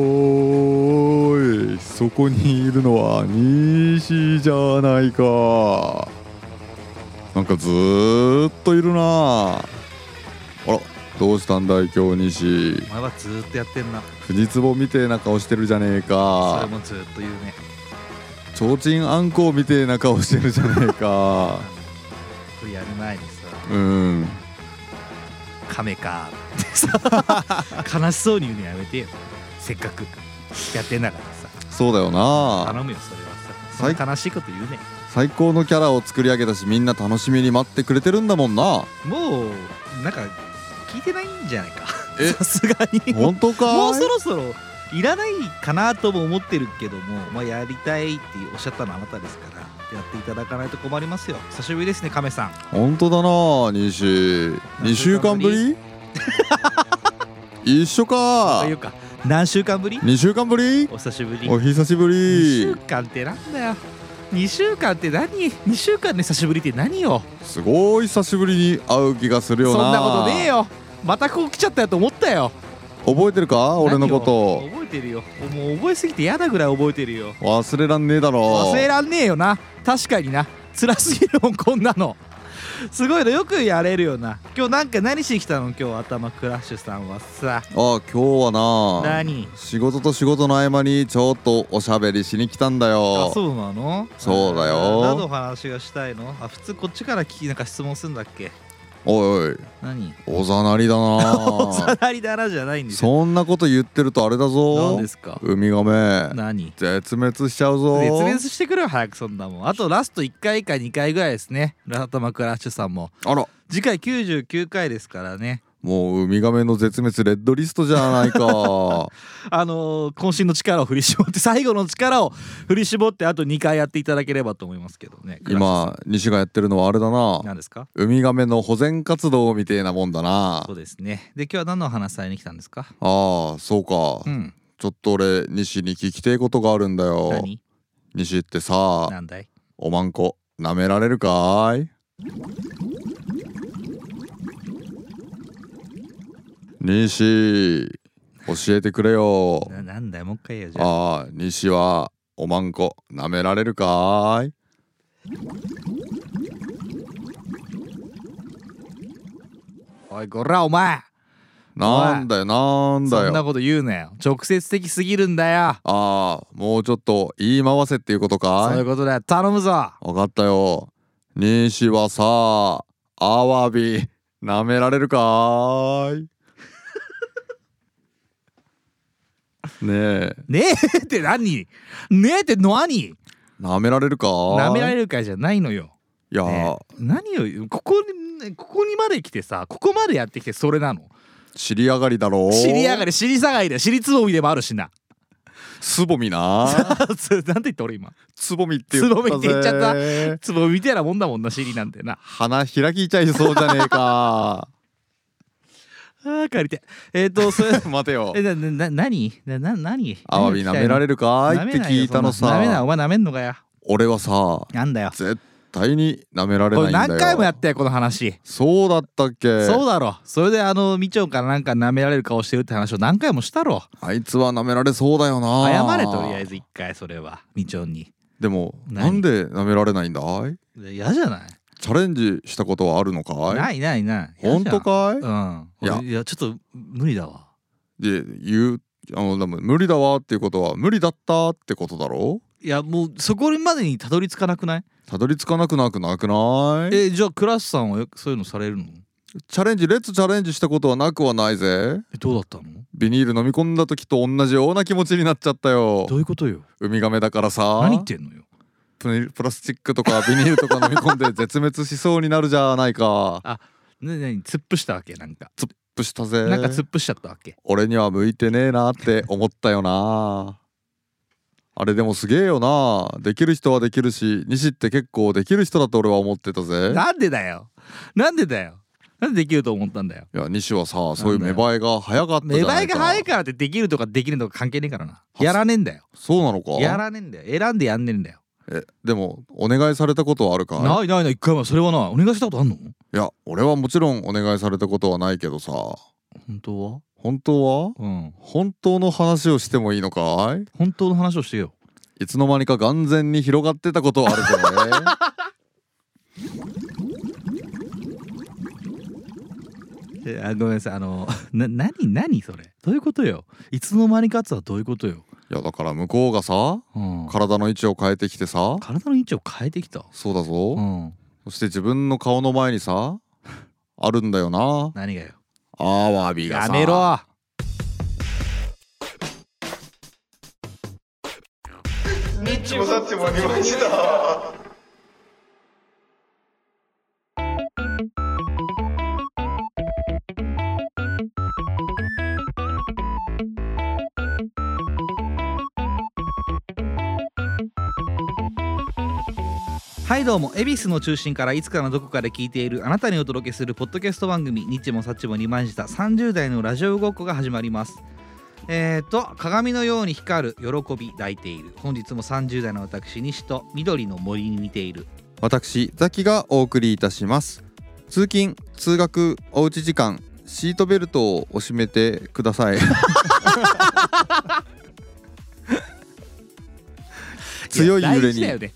おーいそこにいるのは西じゃないかなんかずーっといるなあらどうしたんだい今日西お前はずーっとやってんな藤壺みてえな顔してるじゃねえそかれもずーっと言うね提灯あんこうみてえな顔してるじゃねえかこれやる前にさうん「亀か」ってさ 悲しそうに言うのやめてよせっかくやってんだからさそうだよな頼むよそれはさはいそんな悲しいこと言うね最高のキャラを作り上げたしみんな楽しみに待ってくれてるんだもんなもうなんか聞いてないんじゃないかえ さすがに本当かいもうそろそろいらないかなとも思ってるけども、まあ、やりたいっておっしゃったのはあなたですからやっていただかないと困りますよ久しぶりですね亀さん本当だな西2週間ぶり一緒かというか何週間ぶり2週間ぶりお久しぶりお久しぶ2週り間ってなんだよ2週間って何2週間で久しぶりって何よすごい久しぶりに会う気がするよそなんなことねえよまたここ来ちゃったよと思ったよ覚えてるか俺のこ何とを覚えてるよもう覚えすぎて嫌だぐらい覚えてるよ忘れらんねえだろ忘れらんねえよな確かにな辛すぎるもんこんなのすごいのよくやれるよな今日なんか何してきたの今日頭クラッシュさんはさああ今日はな何仕事と仕事の合間にちょっとおしゃべりしに来たんだあよそうなのそうだよ何の話がしたいのあ普通こっちから聞きなんか質問するんだっけおいおい何おざなりだ おなさらりだなじゃないんですよそんなこと言ってるとあれだぞ何ですかウミガメ何絶滅しちゃうぞ絶滅してくるよ早くそんなもんあとラスト1回か2回ぐらいですね頭クラッシュさんもあら次回99回ですからねもうウミガメの絶滅レッドリストじゃない かあのー渾身の力を振り絞って最後の力を振り絞ってあと2回やっていただければと思いますけどね今西がやってるのはあれだな何ですかウミガメの保全活動みてえなもんだなそうですねで今日は何のお話されに来たんですかああそうか、うんちょっと俺西に聞きてえことがあるんだよ何西ってさなんだいおまんこ舐められるかーい西教えてくれよななんだいもう一回言えよじゃあああ西はおまんこ舐められるかーいおいこらお前なんだよなんだそんなよこと言うなよ直接的すぎるんだよああもうちょっと言い回せっていうことそういかうことだよ頼むぞ分かったよ西はさアワビ舐められるかーい ねえねえって何ねえって何舐められるかな舐められるるかじゃないのよ、いや、ねえ、何をここにここにまで来てさここまでやってきてそれなの知り上がりだろ尻上がり尻下がりで尻つぼみでもあるしな つぼみなつなんて言った俺今つぼみって言ったぜつぼみって言っちゃったつぼみみたいなもんだもんな尻なんてな鼻開きちゃいそうじゃねえ かあー借りてえっ、とそれ待てよえななな何なな何アワビ舐められるるかーいって聞いたのなめないおさ前なめんのかよ俺はさなんだよ絶対に舐められこないれんだよ何回もやったよこの話そうだったっけそうだろそれであのみちょんからなんか舐められる顔してるって話を何回もしたろあいつは舐められそうだよな謝れとりあえず一回それはみちょんにでも何なんで舐められないんだい嫌じゃないチャレンジしたことはあるのかいないないない本当かいうんいや俺いやちょっと無理だわで言うあのでも無理だわっていうことは無理だったってことだろいやもうそこまでにたどり着かなくないたどり着かなくなくなくないえじゃあクラスさんはよくそういうのされるのチャレンジレッツチャレンジしたことはなくはないぜえどうだったのビニール飲み込んだ時と同じような気持ちになっちゃったよどういうことよウミガメだからさ何言ってんのよププラスチックとかビニールとか飲み込んで絶滅しそうになるじゃないかななに突っ伏したわけなんか、プッシュしたぜなんか突っ伏しちゃったわけ俺には向いてねえなって思ったよなあれでもすげえよなできる人はできるし西って結構できる人だと俺は思ってたぜなんでだよなんでだよなんでできると思ったんだよいや西はさそういう芽生えが早かったじ芽ゃな生いえかが早いからってできるとかできるとか関係ねえからなやらねえんだよそうなのかやらねえんだよ選んでやんねえんだよえでもお願いされたことはあるかいないないない一回もそれはないお願いしたことあんのいや俺はもちろんお願いされたことはないけどさ本当は本当はうん本当の話をしてもいいのか本当の話をしてよいいつの間にか眼前に広がってたことはあるぜ えあごめんなさいあの な何何それどういうことよいつの間にかっつはどういうことよ、いやだから向こうがさうん、体の位置を変えてきてさ体の位置を変えてきた、そうだぞ、うん、そして自分の顔の前にさあるんだよな何がよアワビがやさめろニッチもサッチもありました。はいどうも恵比寿の中心からいつかのどこかで聞いているあなたにお届けするポッドキャスト番組「ニッチもサッチも二万した30代のラジオごっこ」が始まりますえーと鏡のように光る喜び抱いている本日も30代の私西と緑の森に似ている私ザキがお送りいたします通勤通学おうち時間シートベルトをお締めてください 強い揺れや大事だよに ね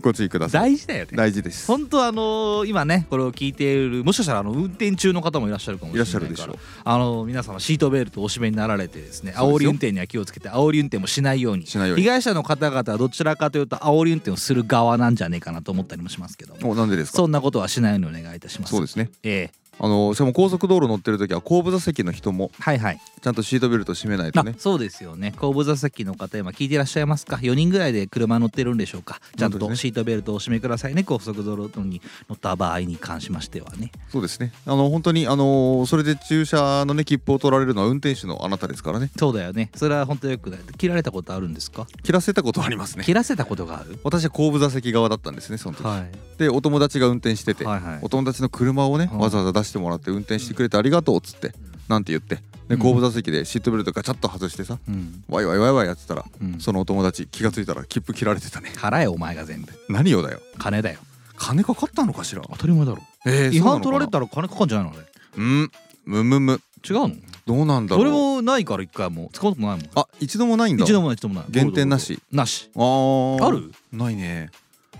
ご注意ください大事だよね大事です本当あのー今ねこれを聞いているもしかしたらあの運転中の方もいらっしゃるかもしいれらなっしいかゃらるでしょうあの皆様シートベルトをお締めになられてですねそうですよ煽り運転には気をつけて煽り運転もしないようにしないよう被に害者の方々はどちらかというと煽り運転をする側なんじゃねえかなと思ったりもしますけどもおなんでですかそんなことはしないようにお願いいたしますそうですねええあのしかも高速道路乗ってる時は後部座席の人もはいはい、ちゃんとシートベルト締めないとあねそうですよね後部座席の方今聞いていらっしゃいますか4人ぐらいで車乗ってるんでしょうかちゃん本当とにねシートベルトをお締めくださいね高速道路に乗った場合に関しましてはねそうですねあの本当にあのそれで駐車のね切符を取られるのは運転手のあなたですからねそうだよねそれは本当よくない切られたことあるんですか切らせたことはありますね切らせたことがある私は後部座席側だったんですねその時、はでお友達が運転してて、はいはいお友達の車をね、うんわざわざ出してもらって運転してくれてありがとうっつって、なんて言ってでうん後部座席でシートベルトガチャッと外してさ、い、うんワイワイワイワイやってたら、うん、そのお友達気がついたら切符切られてたね払えお前が全部何よだよ金だよ金かかったのかしら当たり前だろえー違そうなの反か取なられたら金かかんじゃないのあれうんむむむ違うのどうなんだろう俺もないから一回も使うことないもんあ一度もないんだ一度もない一度もない減点なしどうぞどうぞなしあーあるないね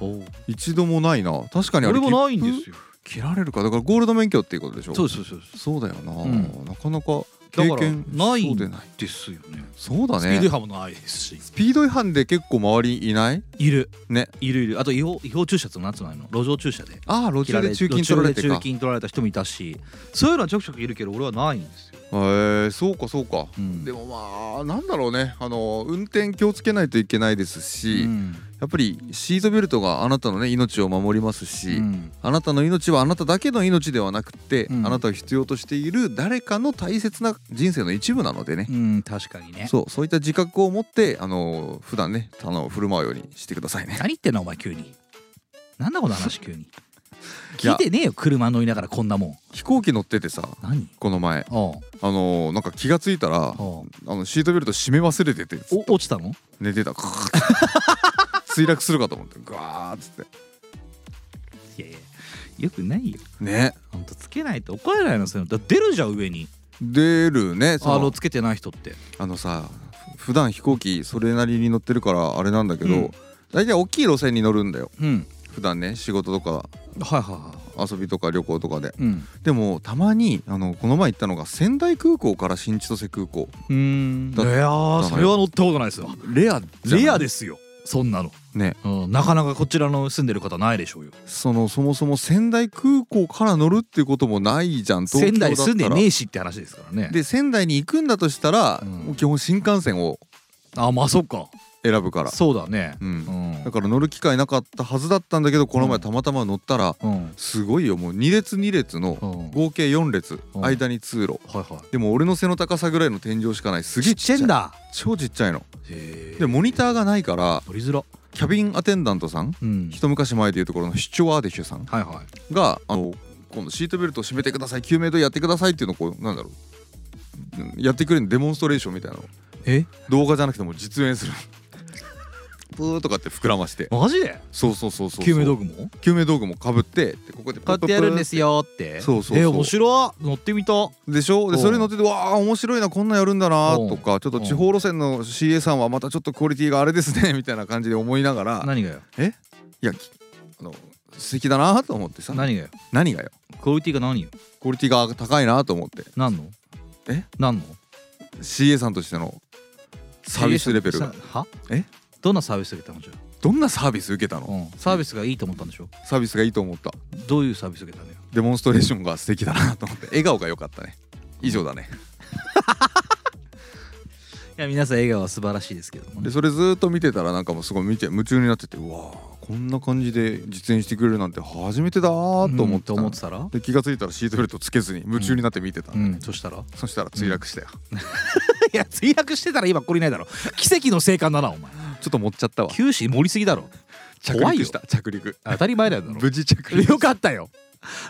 お一度もないな確かにあれ俺もないんですよよ切られるかだからゴールド免許っていうことでしょそうそうそうそうそうだよな、うんなかなかだ経から験ないそんうでないですよねそうだスピード違ね反もないですしスピード違反で結構周りいないいるねいるいるあと違法違法駐車ってなんつうのあの路上駐車でああ路切ら中れで中金路上取られでてか中金取られた人もいたしそういうのはちょくちょくいるけど俺はないんですよ、へえそうかそうか、うんでもまあなんだろうねあの運転気をつけないといけないですし、うんやっぱりシートベルトがあなたのね命を守りますし、うんあなたの命はあなただけの命ではなくって、うんあなたを必要としている誰かの大切な人生の一部なのでね、うん、確かにねそうそういった自覚を持ってあの普段ねあの振る舞うようにしてくださいね。何言ってんのお前急になんだこの話急にい聞やいてねえよ車乗りながらこんなもん飛行機乗っててさ何この前おうあのーなんか気がついたらあおうのシートベルト締め忘れててお落ちたの寝てた クーッ墜落するかと思ってグワーっつっていやいやよくないよねほんとつけないと怒られないのそういうのだ出るじゃん上に出るねそのああののつけてない人ってさ普段飛行機それなりに乗ってるからあれなんだけど、うん大体大きい路線に乗るんだようん普段ね仕事とかはいはいは遊びとか旅行とかでいうんでもたまにあのこの前行ったのが仙台空港から新千歳空港うーんいだやーだからそれは乗ったことないですよレアレアでですよそんなの、ねうん、なかなかこちらの住んでる方ないでしょうよそのそもそも仙台空港から乗るっていうこともないじゃん東京仙だった台ら住んでねえしって話ですからねで仙台に行くんだとしたら、うんもう基本新幹線をあまあそっか選ぶから、そうだねうんうんだから乗る機会なかったはずだったんだけどこのう前んたまたま乗ったら、うんすごいよもう2列2列のうんはい合計4列、うん間に通路はいでも俺の背の高さぐらいの天井しかないすげえちっちゃいだ超ちっちゃいのへでモニターがないから取りづらキャビンアテンダントさんうん一昔前でいうところのシチュワーデシュさんはいはいがあのこのシートベルトを締めてください救命胴衣やってくださいっていうのをこうなんだろううんやってくれるデモンストレーションみたいなのえ動画じゃなくても実演する プーとかって膨らましてマジでそうそうそうそう救命道具も救命道具もかぶってでここでこうやってやるんですすよってそうそうそうえ面白い乗ってみたでしょでうんそれに乗っててわあ面白いなこんなんやるんだなうんとかちょっと地方路線の CA さんはまたちょっとクオリティがあれですね みたいな感じで思いながら何がよいやきあの素敵だなと思ってさ何がよ何がよクオリティが何よクオリティが高いなと思って何のえ何の CA さんとしてのサービスレベルがさはえどんなサービス受けたのじゃどんなサービス受けたあ、うのん、サービスがいいと思ったんでしょサービスがいいと思ったどういうサービス受けたのよデモンストレーションが素敵だなと思って笑 顔が良かったね以上だねいや皆さん笑顔は素晴らしいですけどもでねそれずーっと見てたらなんかもうすごい見て夢中になっててうわーこんな感じで実演してくれるなんて初めてだーと思ってたうんの、思ってたらで気がついたらシートベルトつけずに夢中になって見てたんうだねんそしたらそしたら墜落したよ、いや墜落してたら今これいないだろ奇跡の生還だなお前ちょっと持っちゃったわ九死盛りすぎだろ着怖い陸よした着陸当たり前だよだろ 無事着陸よかったよ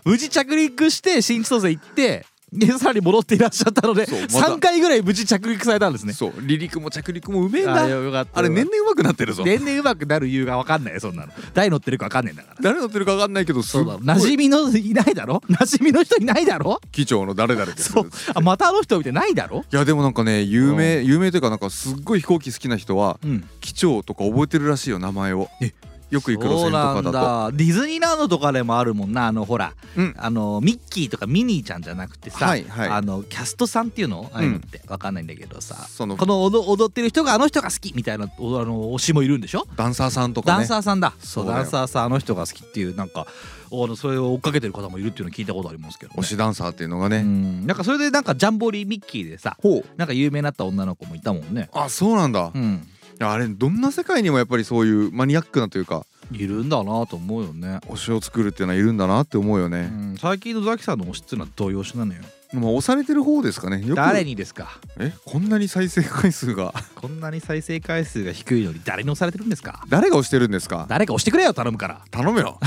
無事着陸して新千歳行ってでさらに戻っていらっしゃったので、そうまた3回ぐらい無事着陸されたんですねそう離陸も着陸もうめえんあだよよかったあれよかっ年々上手くなってるたぞ年々うまくなる理由が分かんないよそんなの台乗ってるか分かんないんだから誰乗ってるか分かんないけどすそっうだごろ馴染いみのいないだろ馴染みの人いないだろ機長の誰々ですそうあまたあの人みたいないだろいやでもなんかね有名有名というかなんかすっごい飛行機好きな人はうん機長とか覚えてるらしいよ名前をえよく行く路線とかそうだとなんだディズニーランドとかでもあるもんなあのほら、うん あのミッキーとかミニーちゃんじゃなくてさ、はいはいあのキャストさんっていうのああいうのって分かんないんだけどさ、そのこの踊踊ってる人があの人が好きみたいなおあの推しもいるんでしょ、ダンサーさんとダかンねサーさんだそそううだよダンサーさんあの人が好きっていうなんかあのそれを追っかけてる方もいるっていうのを聞いたことありますけど、ね推しダンサーっていうのがうねんなんかそれでなんかジャンボリーミッキーでさほうなんか有名になった女の子もいたもんねあそうなんだいうんやあれどんな世界にもやっぱりそういうマニアックなというかいるんだなと思うよね、推しを作るっていうのはいるんだなって思うようねん、最近のザキさんの推しっていうのは動揺しなのよまあ押されてる方ですかねよく誰にですかえこんなに再生回数がこんなに再生回数が低いのに誰に押されてるんですか誰が押してるんですか誰か押してくれよ頼むから頼む よ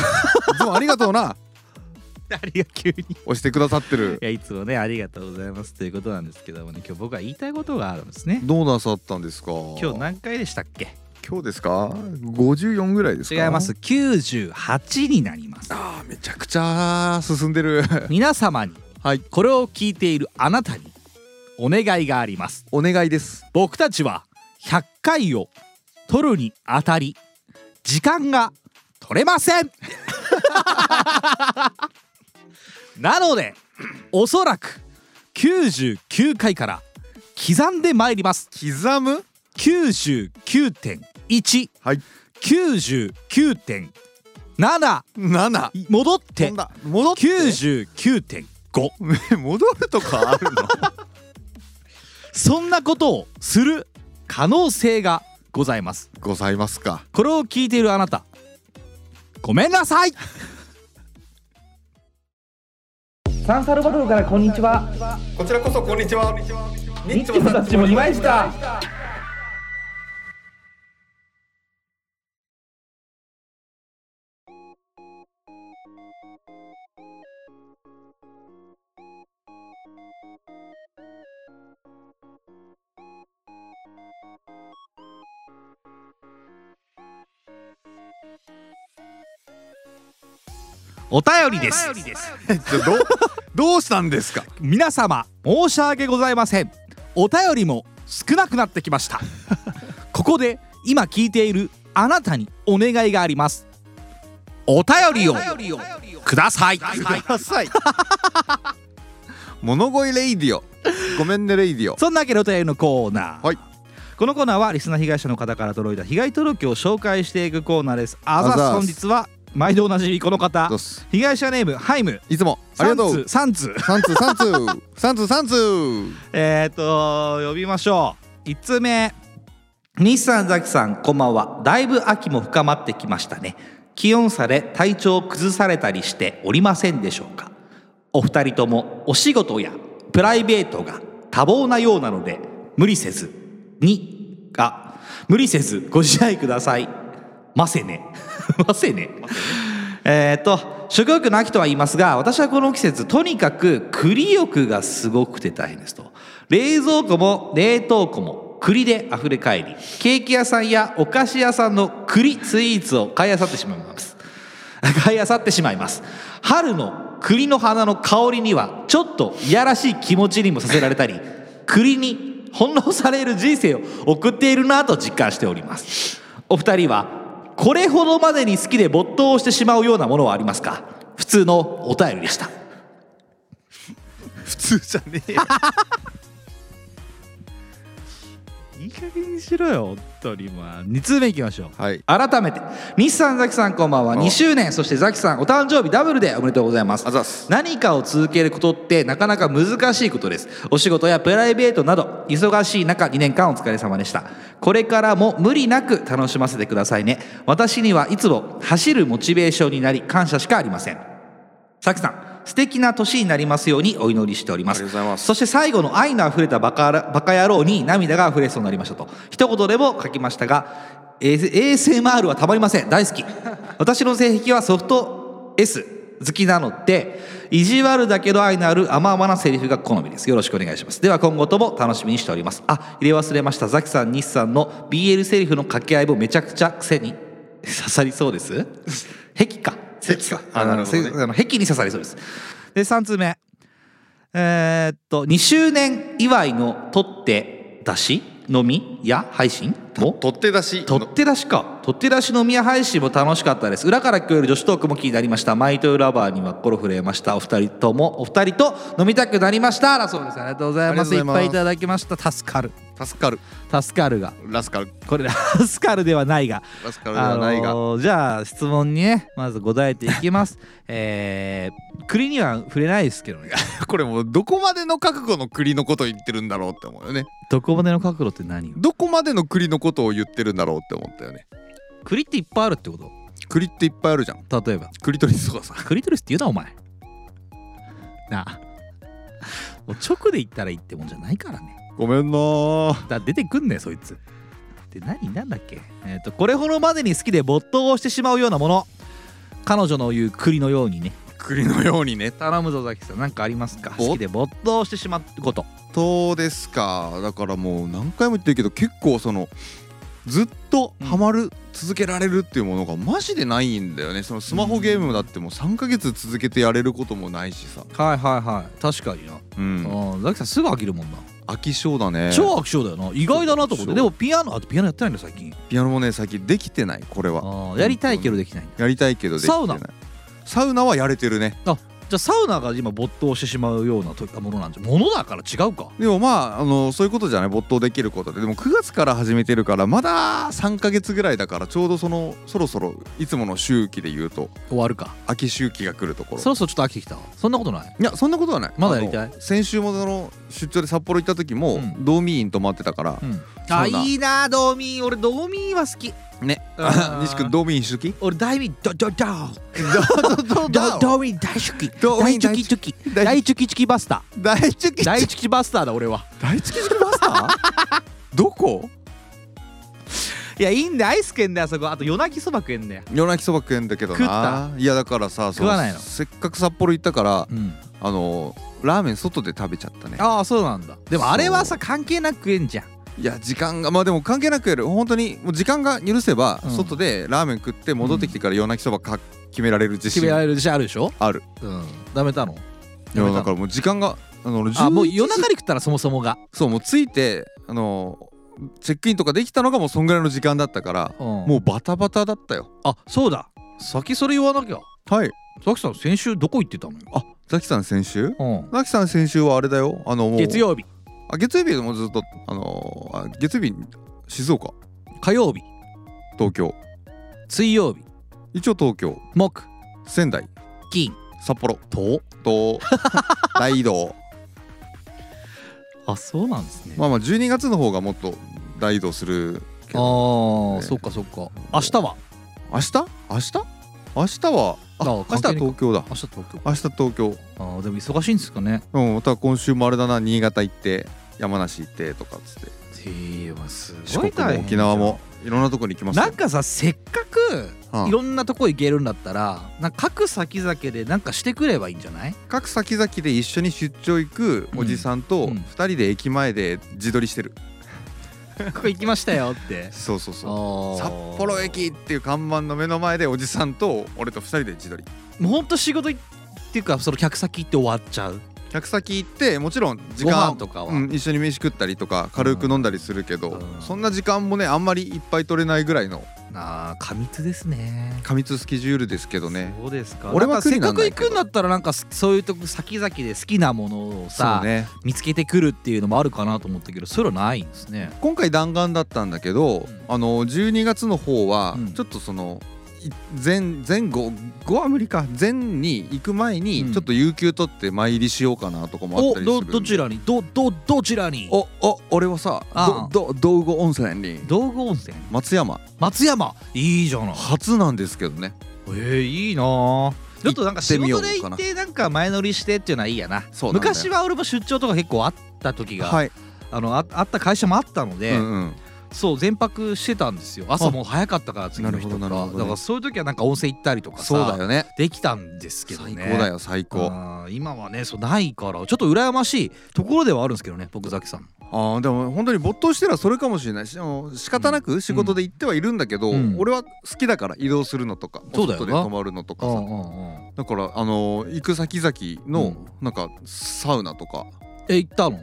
いつもありがとうな誰が急にい押してくださってるやいつもねありがとうございますということなんですけどもね今日僕は言いたいことがあるんですねどうなさったんですか今日何回でしたっけ今日ですか54ぐらいですか違います98になりますあーめちゃくちゃ進んでる 皆様にはいこれを聞いているあなたにお願いがありますお願いです僕たちは100回を取るにあたり時間が取れません なのでおそらく99回から刻んでまいります刻む99.1 はい99.7 7戻って飛んだ戻って99.5戻るとかあるのそんなことをする可能性がございます ございますかこれを聞いているあなたごめんなさい サンサルバドルからこんにちは。こちらこそこんにちはニッチもサッチもいまいちだ。お便りですじゃあどうどうしたんですか皆様申し訳ございませんお便りも少なくなってきました ここで今聞いているあなたにお願いがありますお便りをくださいください物乞いレイディオごめんねレイディオそんなわけでお便りのコーナー、はいこのコーナーはリスナー被害者の方から届いた被害届を紹介していくコーナーですあざっすあざっ本す日は毎度おなじみこの方どうっす被害者ネームハイムいつもありがとう3通三通三通 三通三通えー、と呼びましょう1通目西さんザキさんこんばんはだいぶ秋も深まってきましたね気温差で体調を崩されたりしておりませんでしょうかお二人ともお仕事やプライベートが多忙なようなので無理せずにあ無理せずご自愛くださいませねませねええーっと食欲の秋とは言いますが私はこの季節とにかく栗欲がすごくて大変ですと冷蔵庫も冷凍庫も栗であふれ返りケーキ屋さんやお菓子屋さんの栗スイーツを買い漁ってしまいます買い漁ってしまいます 春の栗の花の香りにはちょっといやらしい気持ちにもさせられたり栗に翻弄される人生を送っているなと実感しておりますお二人はこれほどまでに好きで没頭してしまうようなものはありますか普通のお便りでした普通じゃねえよいい加減にしろよ本当にまあ2通目いきましょうはい改めて西さんザキさんこんばんはあ2周年そしてザキさんお誕生日ダブルでおめでとうございますあざっす何かを続けることってなかなか難しいことですお仕事やプライベートなど忙しい中2年間お疲れ様でしたこれからも無理なく楽しませてくださいね私にはいつも走るモチベーションになり感謝しかありませんさきさん素敵な年になりますようにお祈りしておりますありがとうございますそして最後の愛のあふれたバカらバカ野郎に涙があふれそうになりましたと一言でも書きましたが A- ASMR はたまりません大好き 私の性癖はソフト S 好きなので意地悪だけど愛のある甘々なセリフが好みですよろしくお願いしますでは今後とも楽しみにしておりますあ入れ忘れましたザキさん西さんの BL セリフの掛け合いもめちゃくちゃ癖に刺さりそうです 癖か癖かあなるほどねせあの壁に刺さりそうですで3通目えーっと2周年祝いの取って出し飲みや配信も取って出し取って出しか取って出し飲み屋配信も楽しかったです裏から聞こえる女子トークも気になりましたマイトラバーには心震えましたお二人ともお二人と飲みたくなりましただそうですありがとうございますあいりがとっうござぱいますいいただきました助かる助かる助かるがラスカルこれラスカルではないがラスカルではないが、あのーじゃあ質問にねまず答えていきます えー、栗には触れないですけどね これもうどこまでの覚悟の栗のことを言ってるんだろうって思うよねどこまでの角度って何よどこまでの栗のことを言ってるんだろうって思ったよね栗っていっぱいあるってこ栗っていっぱいあるじゃんと例えば栗取りとかさクリトリスって言うなお前なあもう直で言ったらいいってもんじゃないからねごめんなーだ出てくんねそいつで何なんだっけえっ、とこれほどまでに好きで没頭をしてしまうようなもの彼女の言う栗のようにね栗のようにね頼むぞザキさん何かありますかぼ好きで没頭してしまうことそうですかだからもう何回も言ってるけど結構そのずっとハマる、続けられるっていうものがマジでないんだよねそのスマホゲームだってもう3ヶ月続けてやれることもないしさ、はいはいはい確かにな、うん、うん、ザキさんすぐ飽きるもんな、飽き性だね超飽き性だよな意外だなと思っそてうでもピアノあピアノやってないんだ最近ピアノもね最近できてないこれはあーやりたいけどできないんだやりたいけどできてないサウナサウナはやれてるねじゃあサウナが今没頭してしまうようなとものなんじゃものだから違うかでもまああのそういうことじゃない没頭できることででも9月から始めてるからまだ3ヶ月ぐらいだからちょうどそのそろそろいつもの周期で言うと終わるか秋周期が来るところそろそろちょっと飽きてきたそんなことないいやそんなことはないまだやりたいあの先週もその出張で札幌行った時も、うんドーミーイン泊まってたからう、んサあウナいいなドーミーン俺ドーミーンは好きねあ ー西君ドーミーイン主義俺大ミーンドドドーどうドだドーミーン大好きドーミー大ンチョキチョキ大大チョキチョキバスタ大チキー大チョキチョキバスターだ俺は大チキチキマスター どこいやいいんだよアイス食えんだよあそこあと夜泣きそば食えんだよ夜泣きそば食えんだけど食っないやだからさそ食わないのせっかく札幌行ったからうんあのラーメン外で食べちゃったねああそうなんだでもあれはさ関係なく食えんじゃんいや時間がまあでも関係なくやる本当にもう時間が許せば、うん外でラーメン食って戻ってきてから夜泣きそばか決められる自決めら信れる自信あるでしょあるうんダメたのいやだからもう時間があのあもう11時夜中に食ったらそもそもがそうもう着いてあのチェックインとかできたのがもうそんぐらいの時間だったから、ももうバタバタだったよあそうだ先それ言わなきゃはいザキさん先週どこ行ってたのよあザキさん先週うんザキさん先週はあれだよあのもう月曜日あ月曜日もずっとあのあ月曜日静岡火曜日東京水曜日一応東京木仙台金札幌と と大移動あそうなんですねまあまあ12月の方がもっと大移動するけあどねあそっかそっか明日は明日明日明日はああ明日関は係ねえか東京だ明日東京明日東京あーでも忙しいんですかねうんまた今週もあれだな新潟行って山梨行ってとかっつっていやす四ごい国大も変沖縄もいろんなとこに行きますよなんかさせっかくうんいろんなとこ行けるんだったらなんか各先々でなんかしてくればいいんじゃない各先々で一緒に出張行くおじさんとうん2人で駅前で自撮りしてる、ここ行きましたよってそうそうそう札札幌駅っていう看板の目の前でおじさんと俺と2人で自撮りもうほんと仕事いっていうかその客先行って終わっちゃう客先行ってもちろん時ご間飯とかは、うん、一緒に飯食ったりとか軽く飲んだりするけど、うんそんな時間もねあんまりいっぱい取れないぐらいのあー過密ですね過密スケジュールですけどねそうですか俺俺ははせっ苦かになんくない行けどくんだったらなんかそういうとこ先々で好きなものをさ、そうね見つけてくるっていうのもあるかなと思ったけどそういうのないんですね今回弾丸だったんだけど、んあの12月の方はうんちょっとその、い前前後後は無理か前に行く前うにんちょっと有給取って参りしようかなとかもあっおたりするどんでどちらにどどどちらにおお俺はさああどど道後温泉に道後温泉松山松山いいじゃない初なんですけどねえー、いいなあちょっとなんか仕行ってみ事でようか行なってなんか前乗りしてっていうのはいいやなそうなんだよ昔は俺も出張とか結構あった時が、はい、あのああった会社もあったので、うんうんそう全泊してたんですよ朝もう早かったから次の日となか、るほどなるほどねだからそういう時はなんか温泉行ったりとかさそうだよねできたんですけど最ね高だよ最高あー今はねそうないからちょっと羨ましいところではあるんですけどね僕ザキさんああでも本当に没頭してるのはそれかもしれないしでも仕方なく仕事で行ってはいるんだけど、うん俺は好きだから移動するのとかそうだよお外なで泊まるのとかさだからあのー行く先々うのんなんかサウナとか、え行ったの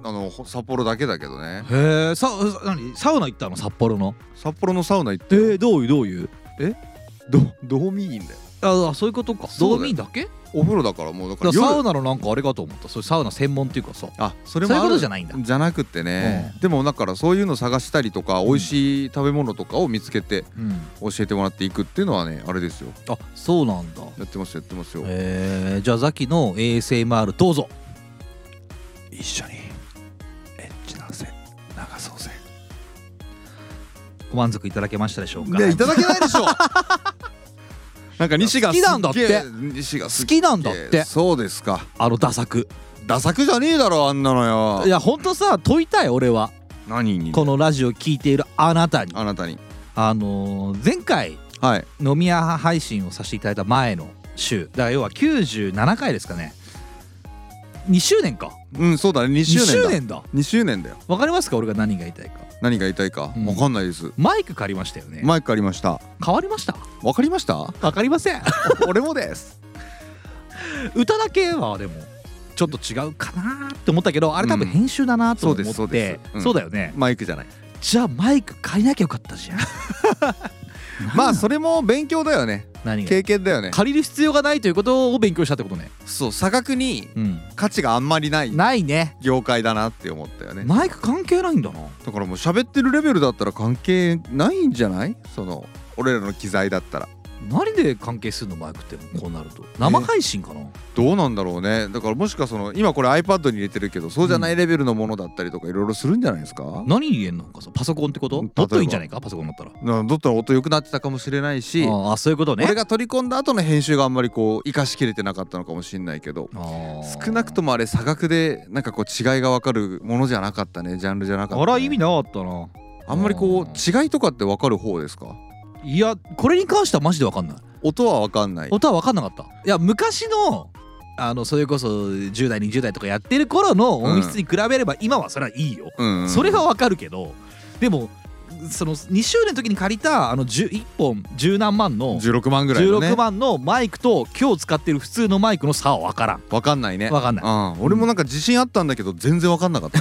あのほ札幌だけだけどねへえサ何サウナ行ったの札幌の札幌のサウナ行っえてどういうどういうどどう見いいんだよああそういうことかそうだドよーミーだけお風呂だからもうだからだからサウ夜ナのなんかあれかと思ったそれサウナ専門っていうかさあそれそういもうあこるとじゃないんだじゃなくってね、でもだからそういうの探したりとか美味しい食べ物とかを見つけてうん教えてもらっていくっていうのはねあれですよあそうなんだやってますよやってますよえー、じゃあザキの ASMR どうぞ一緒にエッチなせ流そうぜご満足いただけましたでしょうかねいただけないでしょ なんか西が好きなんだってすげえ西がす好げえきなんだってそうですかあのダ作ダサくじゃねえだろあんなのいよやほんとさ問いたい俺は何にこのラジオ聞いているあなたにあなたにあのー前回はい飲み屋配信をさせていただいた前の週だから要は97回ですかね2周年かうんそうだね2 2周周年だ年だ2周年だよわかりますか俺が何が言いたいか何が言いたいかうんわかんないですマイク借りましたよね、マイクありました変わりましたわかりました わかりません俺もです歌だけはでもちょっと違うかなーって思ったけどあれ多分うん編集だなと思って、そうですそうですうんそうだよねマイクじゃないじゃあマイク借りなきゃよかったじゃんまあそれも勉強だよね何が経験だよね借りる必要がないということを勉強したってことねそう差額にうん価値があんまりないないね業界だなって思ったよねマイク関係ないんだなだからもう喋ってるレベルだったら関係ないんじゃないその俺らの機材だったら何で関係するのマイクってもうこうなると生配信かな、どうなんだろうねだからもしかその今これ iPad に入れてるけどそうじゃないレベルのものだったりとかいろいろするんじゃないですか、何入れんのかさパソコンってこと例もえばっといいんじゃないかパソコンだったらなだったら音良くなってたかもしれないし、ああそういうことね俺が取り込んだ後の編集があんまりこう生かしきれてなかったのかもしれないけど少なくとももあれ差額でなんかこう違いが分かるものじゃなかったねジャンルじゃなかった、ね、あら意味なかったなあんまりこう違いとかって分かる方ですかいやこれに関してはマジで分かんない音は分かんない音は分かんなかったいや昔のあのそれこそ10代20代とかやってる頃の音質に比べれば今はそれはいいよ、うんうんそれは分かるけどでもその2周年の時に借りたあの10 1本十何万の16万ぐらいのね16万のマイクと今日使ってる普通のマイクの差は分からん分かんないね分かんないうん、俺もなんか自信あったんだけど全然分かんなかった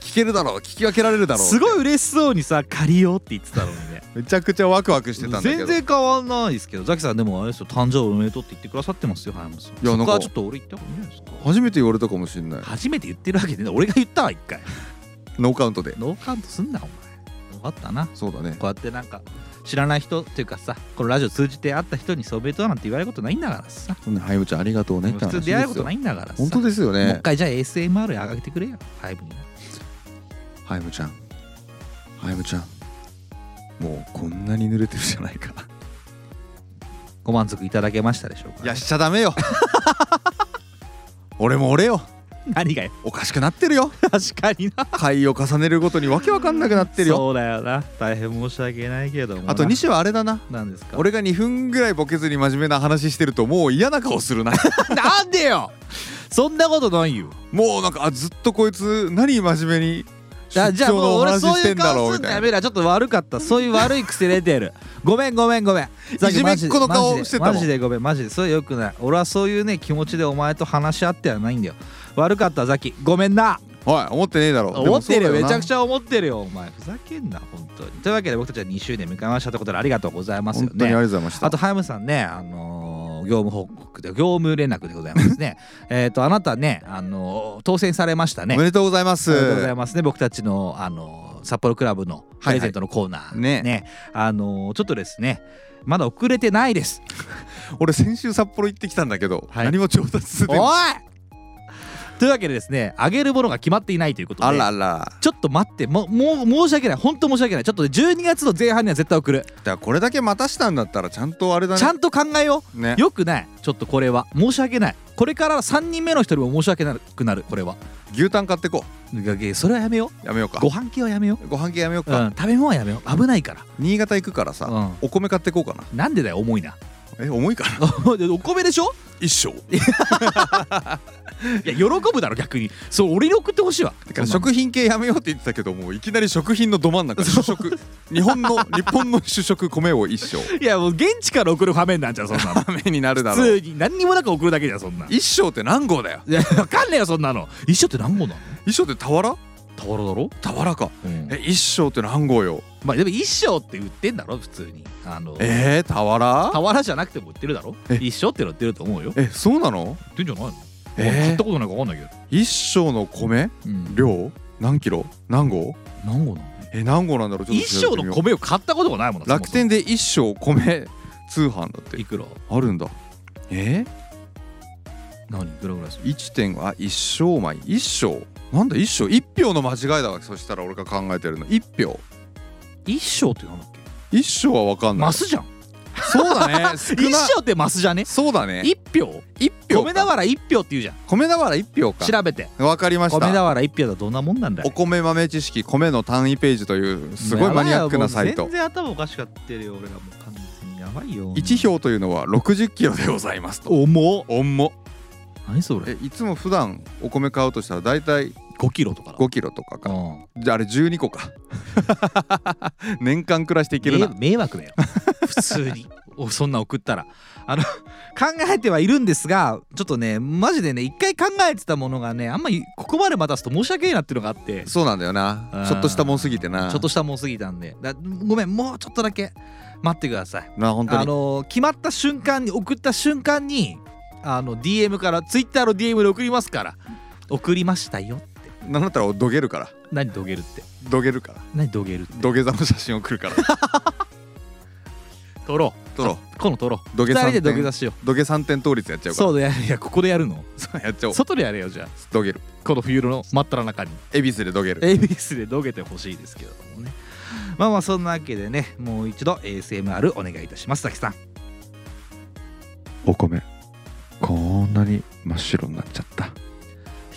聞けるだろう聞き分けられるだろうすごい嬉しそうにさ借りようって言ってたのにねめちゃくちゃワクワク してたんだけど全然変わんないですけどザキさんでもあれですよ誕生日おめでとうって言ってくださってますよ早山さんいやなんかそこはちょっと俺言った方がいいんじゃないですか初めて言われたかもしんない初めて言ってるわけでね俺が言ったわ一回ノーカウントでノーカウントすんなお前よかったなこそうだねうやってなんか知らない人っていうかさこのラジオ通じて会った人にそうおめでとうなんて言われることないんだからさそんなハイブちゃんありがとうねって普話通出会えることでないんだからさすよ本当ですよもう一ね回じゃあ ASMR 上げてくれよライブにハイブちゃんハイブちゃんもうこんなに濡れてるじゃない か ご満足いただけましたでしょうかいやしちゃダメよ俺も俺よ何がよおかしくなってる よ確かにな回を重ねるごとにわけわかんなくなってるよそうだよな大変申し訳ないけどもなあと西はあれだななんですか俺が2分ぐらいボケずに真面目な話してるともう嫌な顔す るななんでよそんなことないよもうなんかあずっとこいつ何真面目にだ出じゃあ張ものうお俺話そうしいてうんだ顔ろうみすんのたやいなめろちょっと悪かったそういう悪い癖出てるごめんごめんごめんザキいじめっ子の顔してたもんマジでマジでごめんマジでそれよくない俺はそういうね気持ちでお前と話し合ってはないんだよ悪かったザキごめんなおい思ってねえだろ思ってるよめちゃくゃちゃ思ってるよお前ふざけんな本当にというわけで僕たちは2周年迎えましたということでありがとうございます本よ当にありがとねうございましたあとハムさんねあのー業務報告で業務連絡でございます ねえっとあなたねあのー当選されましたねおめでとうございますありがとうございますね僕たちのあの札幌クラブのプレゼントのコーナー、ねあのちょっとですねまだ遅れてな いです俺先週札幌行ってきたんだけど、はい何も調達するおいというわけでですねあげるものが決まっていないということであらあらちょっと待ってもうもう申し訳ない本当申し訳ないちょっとね12月の前半には絶対送る、だからこれだけ待たしたんだったらちゃんとあれだねちゃんと考えよねうよくないちょっとこれは申し訳ないこれから3人目の人にも申し訳なくなるこれは牛タン買ってこそれはやめようやめようかうご飯系はやめよご飯系やめようう、うか、ん、食べ物はやめよう危ないから新潟行くからさ、うんお米買ってこうかななんでだよ重いな え重いかなお米でしょ一生いや喜ぶだろ逆にそう俺に送ってほしいわだからそんな食品系やめようって言ってたけどもういきなり食品のど真ん中主食日本の日本の主食米を一生のいやもう現地から送る場面なんじゃんそん なのダメになるだろう普通に何にもなく送るだけじゃんそんな一生って何号だよいや分かんねえよそんなの一緒って何号なの一生って俵俵だろ、俵かうんえ一生って何号よまあでも一生って売ってんだろ普通にあのえー、俵俵じゃなくても売ってるだろえ一生っての売ってると思うよえそうなの売ってんじゃないの、えー買ったことないか分かんないけ一生の米ど、うん、量何キロ何号何号なのえ何号なんだろうちょっと一調べ生てみのよう米を買ったことがないもんな楽天でで一生米通販だっていくらあるんだえ何いくらぐらいする一点あ一生米一生なんだ一生一票の間違いだわそしたら俺が考えてるの一票一生ってなんだっけ一生は分かんないマスじゃんそう だね少一な生ってマスじゃねそうだね一票一票米か俵一票って言うじゃん米俵一票か調べて分かりまし米た俵一票だどんなもんなんだおい米豆知識米の単位ページというすごいマニアックなサイもトう全然頭おかしかってるよ俺らもう完全にやばいよ一票というのは60キロでございますと重っ重っ何それえいつも普段お米買うとしたら大体5キロとかだ5キロとかかうんじゃああれ12個 か年間暮らしていけるな迷迷惑だ よ普通におそんな送ったらあの考えてはいるんですがちょっとねマジでね一回考えてたものがねあんまりここまで待たすと申し訳ないなっていうのがあってそうなんだよあなーちょっとしたもんすぎてなちょっとしたもんすぎたんでだごめんもうちょっとだけ待ってくださいな本当あにの決まった瞬間に送った瞬間にあの DM からツイッターの DM で送りますから送りましたよってなんだったら俺どげるから何どげるってどげるから何どげるって土下座の写真送るから 撮ろ撮ろううこの撮ろう土下二座人で土下座しよ土下三点倒立やっちゃううからそうだいやいやここでやるのそうやっちゃおう外でやれよじゃあどげるこの冬の真っ只中に恵比寿でどげる ABS でどげてほしいですけれどもねまあまあそんなわけでねもう一度 ASMR お願いいたしますザキさんお米こんなに真っ白になっちゃった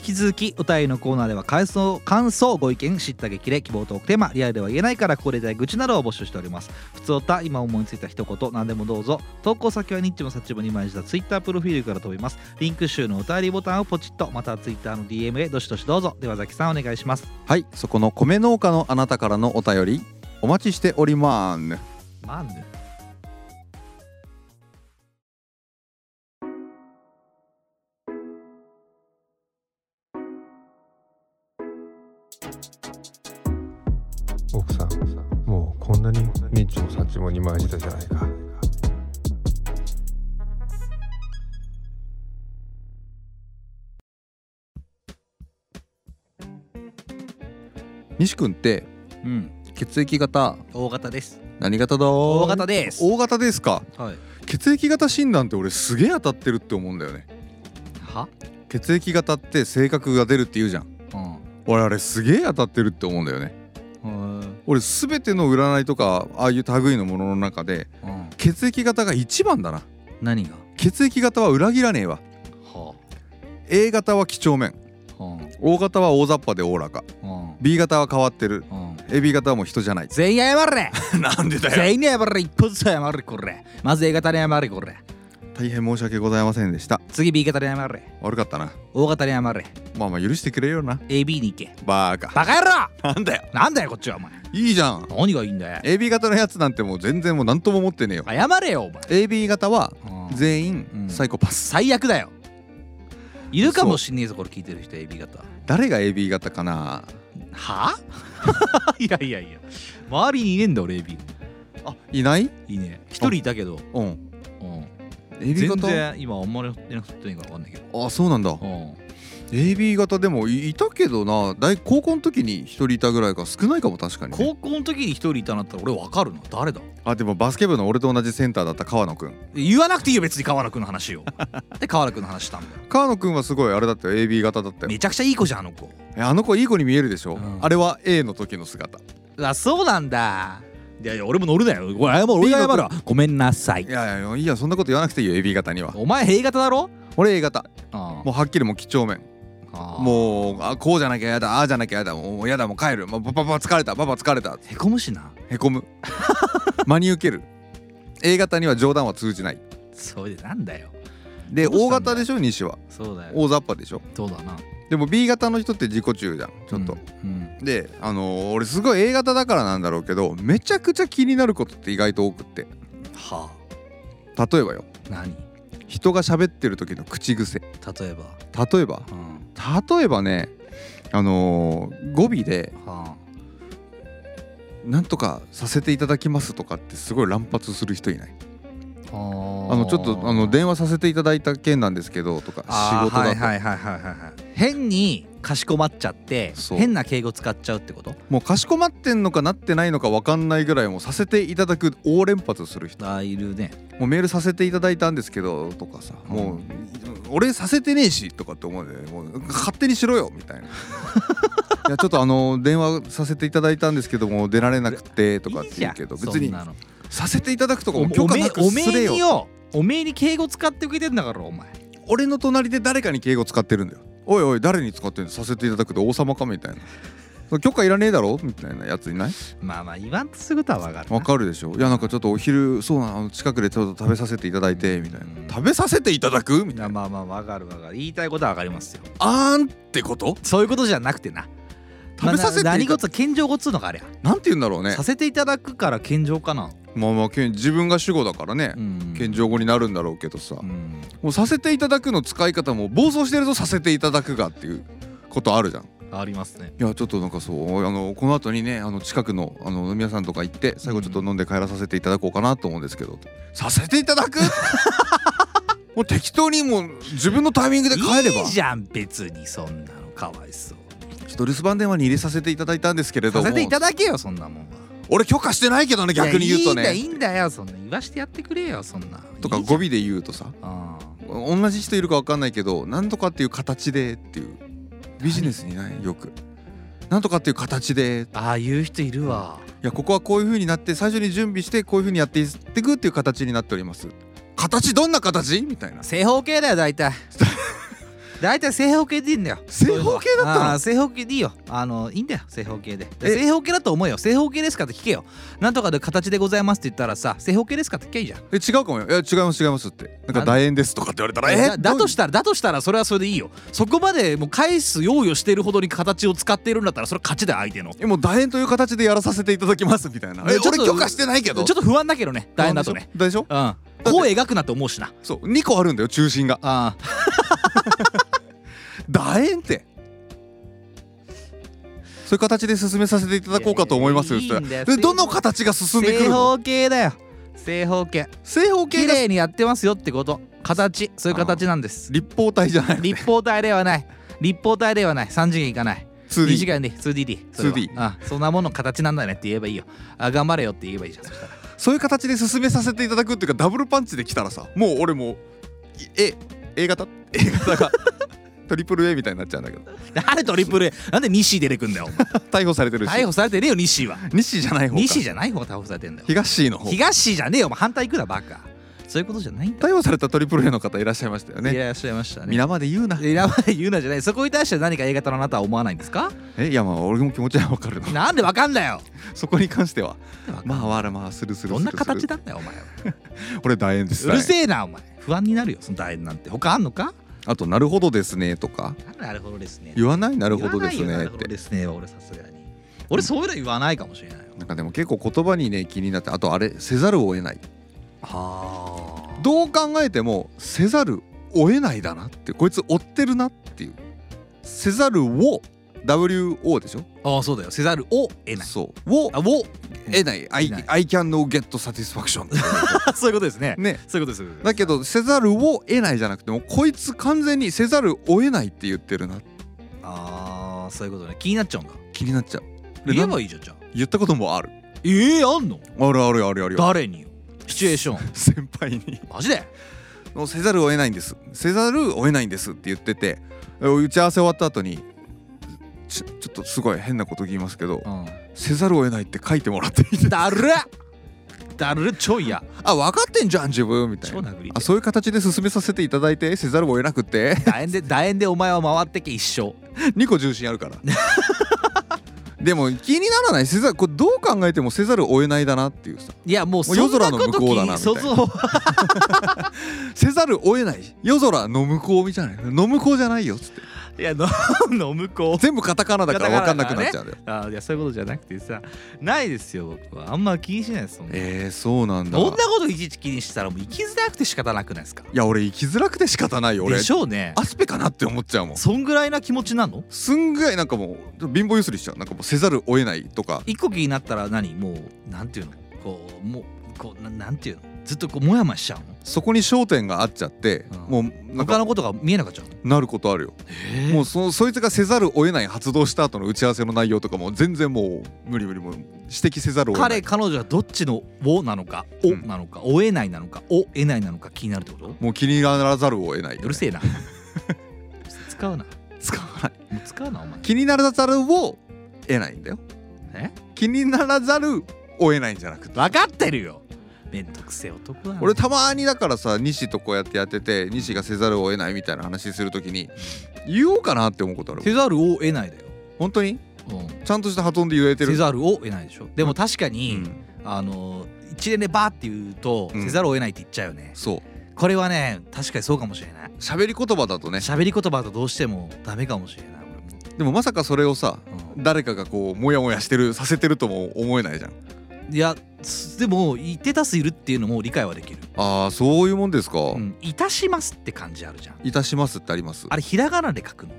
引き続きお便りのコーナーでは感想感想ご意見知った激励希望トークテーマリアルでは言えないからここで言いたい愚痴などを募集しております普通た今思いついた一言何でもどうぞ投稿先はニッチもサッチも2枚したツイッタープロフィールから飛びますリンク集のお便りボタンをポチッとまたはツイッターの DM へどしどしどうぞではザキさんお願いしますはいそこの米農家のあなたからのお便りお待ちしておりまーんまあね奥さんもうこんなにニッチもサッチも二枚舌じゃないか西君ってうん血液型大型です何型だ大大型です大型ですかはい血液型診断って俺すげえ当たってるって思うんだよねは血液型って性格が出るって言うじゃんうん俺あれすげえ当たってるって思うんだよね俺全ての占いとかああいう類のものの中でうん血液型が一番だな何が血液型は裏切らねえわは A 型は几帳面あ O 型は大雑把でおおらかうん。 B 型は変わってるうん。 AB 型はもう人じゃない全員謝れ なんでだよ全員に謝れ一個ずつ謝れこれまず A 型に謝れこれ大変申し訳ございませんでした次 B 型に謝れ悪かったな O 型に謝れまあまあ許してくれよな AB に行けバーカバカ野郎なんだよなんだよこっちはお前いいじゃん何がいいんだよ AB 型のやつなんてもう全然もう何とも思ってねえよ謝れよお前 AB 型はうん全う員んサイコパス、最悪だよいるかもしんねえぞこれ聞いてる人 AB 型は誰が AB 型かなあ いやいやいや周りにいねえんだ俺 AB あいないいいね一人いたけど、うんうん、 AB 全型然今あんまりやってなくていいから分かんないけど、あそうなんだうん AB 型でもいいたけどな大高校の時に一人いたぐらいか少ないかも確かにね、高校の時に一人いたなったら俺分かるな誰だあでもバスケ部の俺と同じセンターだった川野くん言わなくていいよ別に河原くんの話 をで河原くんの話したんだよ川野くんはすごいあれだったよ AB 型だったよめちゃくちゃいい子じゃんあの子えあの子いい子に見えるでしょ、うんあれは A の時の姿あそうなんだいやいや俺も乗るなよこれ謝る俺が謝るわごめんなさいいやいやいいやそんなこと言わなくていいよ AB 型にはお前 A 型だろ俺 A 型あもうはっきりもう几帳面あももううあこうじゃなきゃやだああじゃなきゃやだもうやだもう帰るもうパパパ疲れたパパ疲れたへこむしなへこ む真に受ける A 型には冗談は通じないそれでなんだよでどうし O たんだ型でしょ西はそうだよ大雑把でしょそうだなでも B 型の人って自己中じゃんちょっと、うんであのー俺すごい A 型だからなんだろうけどめちゃくちゃ気になることって意外と多くっては例えばよあ何例人が喋ってる時の口癖えば例えばうん例えばねあのー語尾では「なんとかさせていただきます」とかってすごい乱発する人いないあああのちょっとあの電話させていただいた件なんですけどとか仕あー事だと、はいはいはいはいはいはい変にかしこまっちゃってそう変な敬語使っちゃうってこともうかしこまってんのかなってないのか分かんないぐらいもうさせていただく大連発する人あーいるねもうメールさせていただいたんですけどとかさ、うんもう俺させてねえしとかって思うんだよねもう勝手にしろよみたいな いやちょっとあの電話させていただいたんですけども出られなくてとかって言うけどいいじゃん別にそんなのさせていただくとかおも許可なくおめえすれおめえによよおめえに敬語使ってくれてんだからお前俺の隣で誰かに敬語使ってるんだよおいおい誰に使ってんのさせていただくって王様かみたいなその許可いらねえだろみたいなやついないまあまあ言わんとすぐとは分かるなわかるでしょいやなんかちょっとお昼そうなのあの近くでちょっと食べさせていただいてみたいなうん食べさせていただくみいたいやなまあまあ分かる分かる言いたいことは分かりますよあーんってことそういうことじゃなくてな食べさせていまたあな何事謙譲語っつうのかあれや、なんて言うんだろうねさせていただくから謙譲かなまあまあけん自分が主語だからね、ん謙譲語になるんだろうけどさ、うんもうさせていただくの使い方も暴走してるぞさせていただくがっていうことあるじゃんいありますねやちょっとなんかそうあのこの後にねあの近くのあの飲み屋さんとか行って最後ちょっと飲んで帰らさせていただこうかなと思うんですけど、させていただく もう適当にもう自分のタイミングで帰ればいいじゃん別にそんなのかわいそうちょっと留守番電話に入れさせていただいたんですけれどもさせていただけよそんなもんは俺許可してないけどね逆に言うといやねいいんだいいんだよそんな言わしてやってくれよそんなとかいいじ語ゃん尾で言うとさああ同じ人いるか分かんないけどなんとかっていう形でっていうビジネスにないよくなんとかっていう形でああいう人いるわいやここはこういう風になって最初に準備してこういう風にやっていってくっていう形になっております形どんな形みたいな正方形だ よ大体大体正方形でいいんだよ正方形だったのあー正方形でいいよあのいいんだよ正方形でえ正方形だと思うよ正方形ですかって聞けよなんとかで形でございますって言ったらさ正方形ですかって聞けばいいじゃんえ違うかもよいや違います違いますってなんか楕円ですとかって言われたらえだだとてしたらだとしたらそれはそれでいいよそこまでもう返す用意をしてるほどに形を使っているんだったらそれは勝ちだよ相手のえもう楕円という形でやらさせていただきますみたいなえねちょっ俺と許可してないけちどょっと不安だけどね楕円だとねでしょうんこう描くなって思うしなそう2個あるんだよ中心があ楕円ってそういう形で進めさせていただこうかと思いますよいやいやいいんだよでどの形が進んでく正るの方形だよ正方形正方形綺が麗にやってますよってこと形そういう形なんです立方体じゃない立方体ではない立方体ではない3次元いかない2次 2D 元で 2DD それは 2D あそんなもの形なんだねって言えばいいよあ頑張れよって言えばいいじゃんそしたらそういう形で進めさせていただくっていうかダブルパンチできたらさもう俺もうい A A 型 A 型 がトリプル A みたいになっちゃうんだけど誰トリプル A なんで西出てくんだよ お逮捕されてるし前逮捕されてねえよ西は西じゃない方か西じゃない方が逮捕されてんだよ東の方東じゃねえよお前反対行くなバカそういうことじゃないんだ逮捕されたトリプル A の方いらっしゃいましたよいねらっしゃいましたね皆まで言うな皆まで言うなじゃないそこに対して何か A 型のあなたは思わないんですかえいやまあ俺も気持ちはわかるななんでわかんだよそこに関してはわかんまあわらまあするするどんな形だだったよお前は俺楕円ですうるせえなお前不安になるよその楕円なんて他あんのかあと「なるほどですね」とかなるほどですね言わない「ななるほどですなね」るっほどてですねは俺さすがに俺そういうの言わないかもしれないなんかでも結構言葉にね気になってあとあれせざるを得ないはあどう考えてもせざるを得ないだなってこいつ追ってるなっていうせざるを WO でしょああそうだよせざるを得ないそうをあを得ない I, 得ない I can no get satisfaction そういうことですねねそういうことですだけどせざるを得ないじゃなくてもこいつ完全にせざるを得ないって言ってるなああそういうことね気になっちゃうんだ気になっちゃうで言えなんばいいじゃんじゃあ言ったこともあるええあんのあるあるあるあるよ誰によシチュエーション先輩にマジでもうせざるを得ないんですせざるを得ないんですって言ってて打ち合わせ終わった後にちょちょっとすごい変なこと言いますけどうんせざるを得ないって書いてもらって いいですかだるっだるっちょいやあ分かってんじゃん自分みたい超な殴りあそういう形で進めさせていただいてせざるを得なく て楕円で楕円でお前は回ってけ一生2個重心あるから でも気にならないせざるこれどう考えてもせざるを得ないだなっていうさいやもうもう夜空のそんこと向こうだな気にみたいなそうせざるを得ない夜空の向こうみたいなの向こうじゃないよっつってそういやの の向こう全部カタカナだから分かんなくなっちゃうんだよあいやそういうことじゃなくてさないですよ僕はあんま気にしないですそんなえー、そうなんだそんなこといちいち気にしたらもう生きづらくて仕方なくないですかいや俺生きづらくて仕方ないよ俺でしょうねアスペかなって思っちゃうもんそんぐらいな気持ちなのすんごいなんかもう貧乏ゆすりしちゃうなんかもうせざるを得ないとか一個気になったら何もうなんていうのこうもうこうななんていうのずっとこうモヤモヤしちゃうのそこに焦点が合っちゃって、うもうなん他かのことが見えなくなっちゃうのなることあるよ、もうそそいつがせざるを得ない発動した後の打ち合わせの内容とかも全然もう無理無理もう指摘せざるを得な彼い彼女はどっちの「を」なのか「うお」んなのか「おえない」なのか「おえない」なのか気になるってこともう気にならざるを得ないうる せえな使うな使わないもう使うな お前気にならざるを得ないんだよえ気にならざるを得ないんじゃなくて分かってるよめんどくせえ男だな俺たまにだからさ西とこうやってやってて西がせざるを得ないみたいな話するときに言おうかなって思うことあるせざるを得ないだよ、本当にうん、ちゃんとした発音で言えてせるざるを得ないでしょでも確かうに、んあの一連でバーって言うと、うんせざるを得ないって言っちゃうよねそうこれはね確かにそうかもしれない喋り言葉だとね喋り言葉だとどうしてもダメかもしれない俺もでもまさかそれをさうん誰かがこうモヤモヤしてるさせてるとも思えないじゃんいやすでも一定多数いるっていうのも理解はできる、ああそういうもんですか、うん、いたしますって感じあるじゃんいたしますってありますあれひらがなで書くの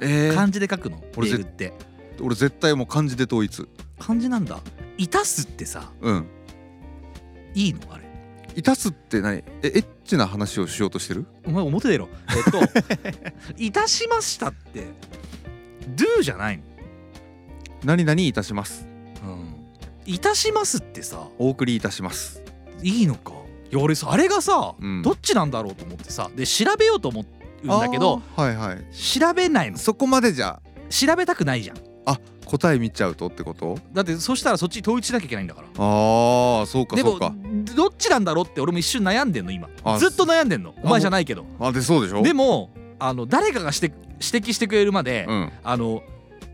えー、漢字で書くの俺俺ぜって俺絶対もう漢字で統一漢字なんだいたすってさうんいいのあれいたすって何えエッチな話をしようとしてるお前表出ろ えっと「いたしました」って「do」じゃないの、何々いたしますいたしますってさお送りいたしますいいのかいや俺さあれがさ、うんどっちなんだろうと思ってさで調べようと思うんだけどあーはいはい調べないのそこまでじゃ調べたくないじゃんあ答え見ちゃうとってことだってそしたらそっちに統一しなきゃいけないんだからああそうかでそもうかどっちなんだろうって俺も一瞬悩んでんの今あずっと悩んでんのおもう前じゃないけどあでそうでしょでもあの誰かがして指摘してくれるまで、うんあの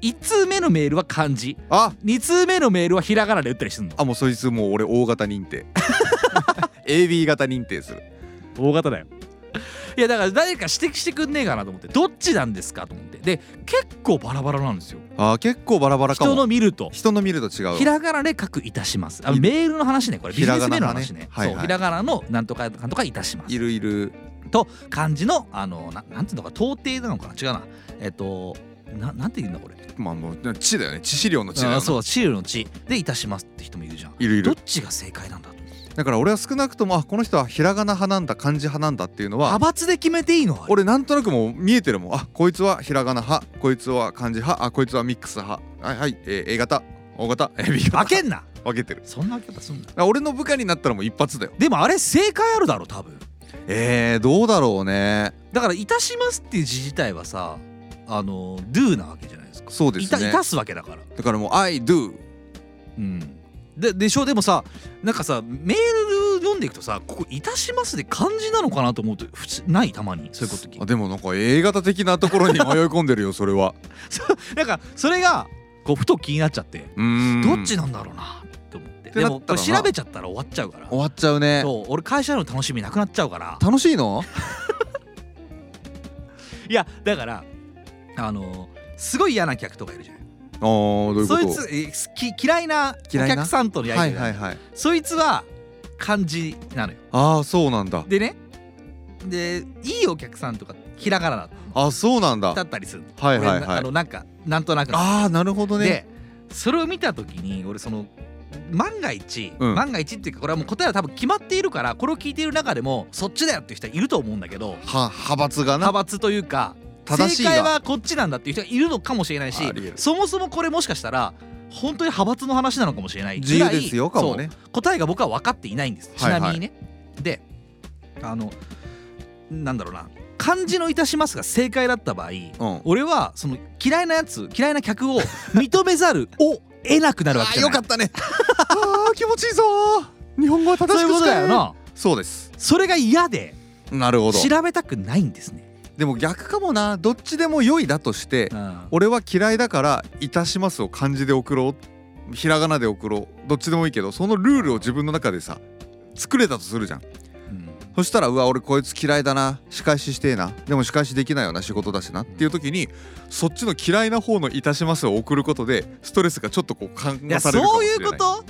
1通目のメールは漢字あ2通目のメールはひらがなで打ったりするのあもうそいつもう俺 O 型認 定 AB 型認定する大型だよ いやだから誰か指摘してくんねえかなと思ってどっちなんですかと思ってで結構バラバラなんですよあー結構バラバラかも人の見ると人の見ると違うひらがなで書くいたしますあいメールの話ねこれビひジらネがスなメールのがね話ねはいはいそうひらがなのなんとかなんとかいたしますいるいると漢字のあのななんていうのか到底なのかな違うなえっとななんて言うんだこれまあもう知だよね知資料の知だよあなそうシールの地でいたしますって人もいるじゃんいるいどっるちが正解なんだとだから俺は少なくともあこの人はひらがな派なんだ漢字派なんだっていうの派は閥で決めていいのあれ俺なんとなくもう見えてるもんあこいつはひらがな派こいつは漢字派あこいつはミックス派はいはい、えー A 型 O 型 AB 型分けんな分けてるだかそんな分け方すんなら俺の部下になったらもう一発だよでもあれ正解あるだろ多分えー、どうだろうねだから「いたします」っていう字自体はさあの「do」なわけじゃないですかそうでいすたねいたすわけだからだからもう I do うんででしょでもさなんかさメール読んでいくとさここ「いたします」で漢字なのかなと思うと普通ないたまにそういうこと聞あいてでもなんか A 型的なところに迷い込んでる よそれはなんかそれがこうふと気になっちゃってうーんどっちなんだろうなと思っててでなったらなもこれ調べちゃったら終わっちゃうから終わっちゃうねそう俺会社の楽しみなくなっちゃうから楽しい のいやだからあのすごい嫌な客とかいるじゃないああどういうことそいつえすき嫌いなお嫌いな客さんとのやりは取いりがはいはいそいつは漢字なのよああそうなんだでねでいいお客さんとかひらがなあそうなんだだったりするのはいはい俺なはあいのなんかなんとなくああなるほどねでそれを見た時に俺その万が一、うん万が一っていうかこれはもう答えは多分決まっているからこれを聞いている中でもそっちだよっていう人はいると思うんだけどは派閥がな派閥というか正しい正が解はこっちなんだっていう人がいるのかもしれないしありえるそもそもこれもしかしたら本当に派閥の話なのかもしれない自由ですよかもねそう答えが僕は分かっていないんですちはいはないみにね、であのなんだろうな漢字の「いたします」が正解だった場合うん俺はその嫌いなやつ嫌いな客を認めざるを得なくなるわけじゃないあーよかった ねあー気持ちいいぞー日本語は正しくそういうことだ使よえなそうですそれが嫌でなるほど調べたくないんですね、でも逆かもなどっちでも良いだとしてうん俺は嫌いだから「いたします」を漢字で送ろうひらがなで送ろうどっちでもいいけどそのルールを自分の中でさ作れたとするじゃんうんそしたらうわ俺こいつ嫌いだな仕返ししてえなでも仕返しできないような仕事だしなっていう時にそっちの嫌いな方の「いたします」を送ることでストレスがちょっとこう緩いや和されるかもそうしれいないうこと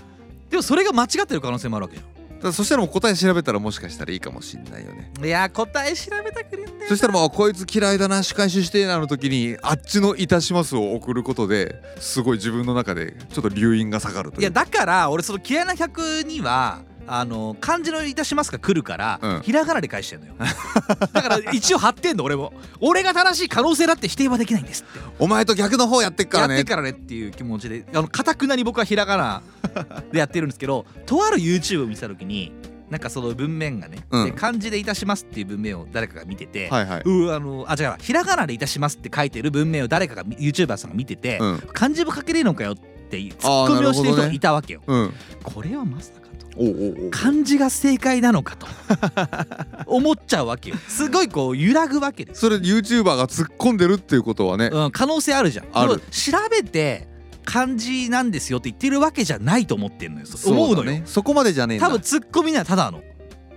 でもそれが間違ってる可能性もあるわけじとそしたらもう答え調べたらもしかしたらいいかもしんないよねゃんいや答え調べたくねえんだよそしたらもうこいつ嫌いだな仕返ししてえなの時にあっちの「いたします」を送ることですごい自分の中でちょっと留飲が下がるといういやだから俺その嫌いな客にはあの漢字の「いたします」が来るから、うんひらがなで返してんのよ だから一応貼ってんの俺も俺が正しい可能性だって否定はできないんですってお前と逆の方やってっかやらってねからねっていう気持ちであの固くなに僕はひらがなでやってるんですけど とある YouTube を見てた時になんかその文面がね、うんで漢字で「いたします」っていう文面を誰かが見てて、はいはいうーあのあ違うひらがなで「いたします」って書いてる文面を誰かが YouTuber さんが見てて、うん漢字も書けねえのかよっていうツあッーコミをしてなるるほど人がねいたわけよ。うんこれはまさかとおうおうおう漢字が正解なのか と思っちゃうわけよすごいこう揺らぐわけです、それ YouTuber が突っ込んでるっていうことはね うん、可能性あるじゃんあるでも調べて漢字なんですよって言ってるわけじゃないと思ってんのよそそだ思うのよそこまでじゃねえんだ多分ツッコミにはただの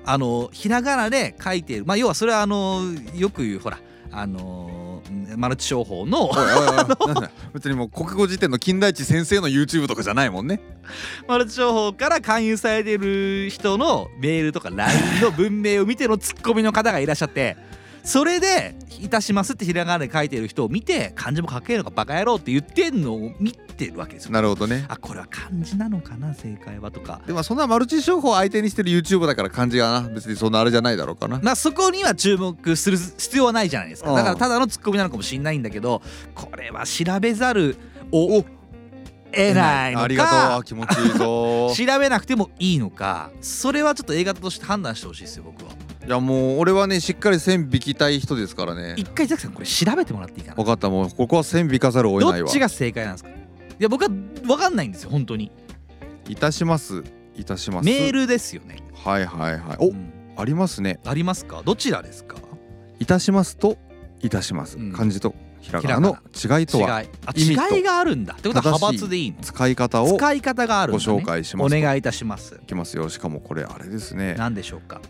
あのひらがなで書いてるまあ要はそれはあのよく言うほらあのマルチ商法のおいおいおい なんだ別にもう国語辞典の金田一先生の YouTube とかじゃないもんねマルチ商法から勧誘されてる人のメールとか LINE の文明を見てのツッコミの方がいらっしゃってそれで「いたします」ってひらがなで書いてる人を見て漢字も書けるのかバカ野郎って言ってんのを見てるわけですよ。なるほどねあこれは漢字なのかな正解はとか。でもそんなマルチ商法を相手にしてる YouTube だから漢字がな別にそんなあれじゃないだろうかなまあそこには注目する必要はないじゃないですかうんだからただのツッコミなのかもしれないんだけどこれは調べざるを得ないのかありがとう気持ちいい ぞ調べなくてもいいのかそれはちょっと映画として判断してほしいですよ僕はいやもう俺はねしっかり線引きたい人ですからね一回ザキさんこれ調べてもらっていいかな分かったもうここは線引かざるを得ないどっわちが正解なんですかいや僕は分かんないんですよ本当にいたしますいたしますメールですよねはいはいはいお、うんありますねありますかどちらですかいたしますといたします、うん漢字とひらがなの違いと違いはあ意味と違いがあるんだってことは正し派い閥でいいの使い方を使い方があるんごだ、ね、紹介しおます願いいたしますいきますよしかもこれあれですね何でしょうか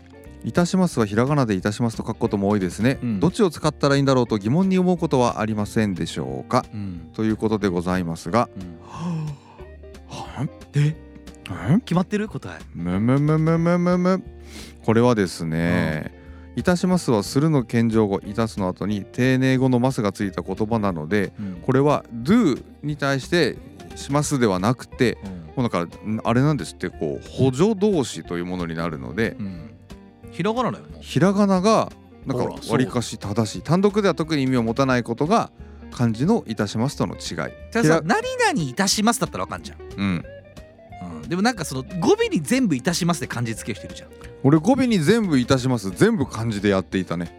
いたしますはひらがなでいたしますと書くことも多いですね、うんどっちを使ったらいいんだろうと疑問に思うことはありませんでしょうかうん、ということでございますがうんはんえはん決まってる答えむむむむむむむこれはですね、いたしますはするの謙譲語いたすの後に丁寧語のますがついた言葉なのでこれは do に対してしますではなくてうんもうだからんあれなんですってこう補助動詞というものになるのでうんひらがなだよもうひらがながなんかほらそう割かし正しい単独では特に意味を持たないことが漢字の「いたします」との違い。じゃあひさら「何々いたします」だったら分かんじゃん、うん、うん、でもなんかその語尾に全部「いたします」で漢字つける人いるじゃん俺語尾に全部「いたします」全部漢字でやっていたね。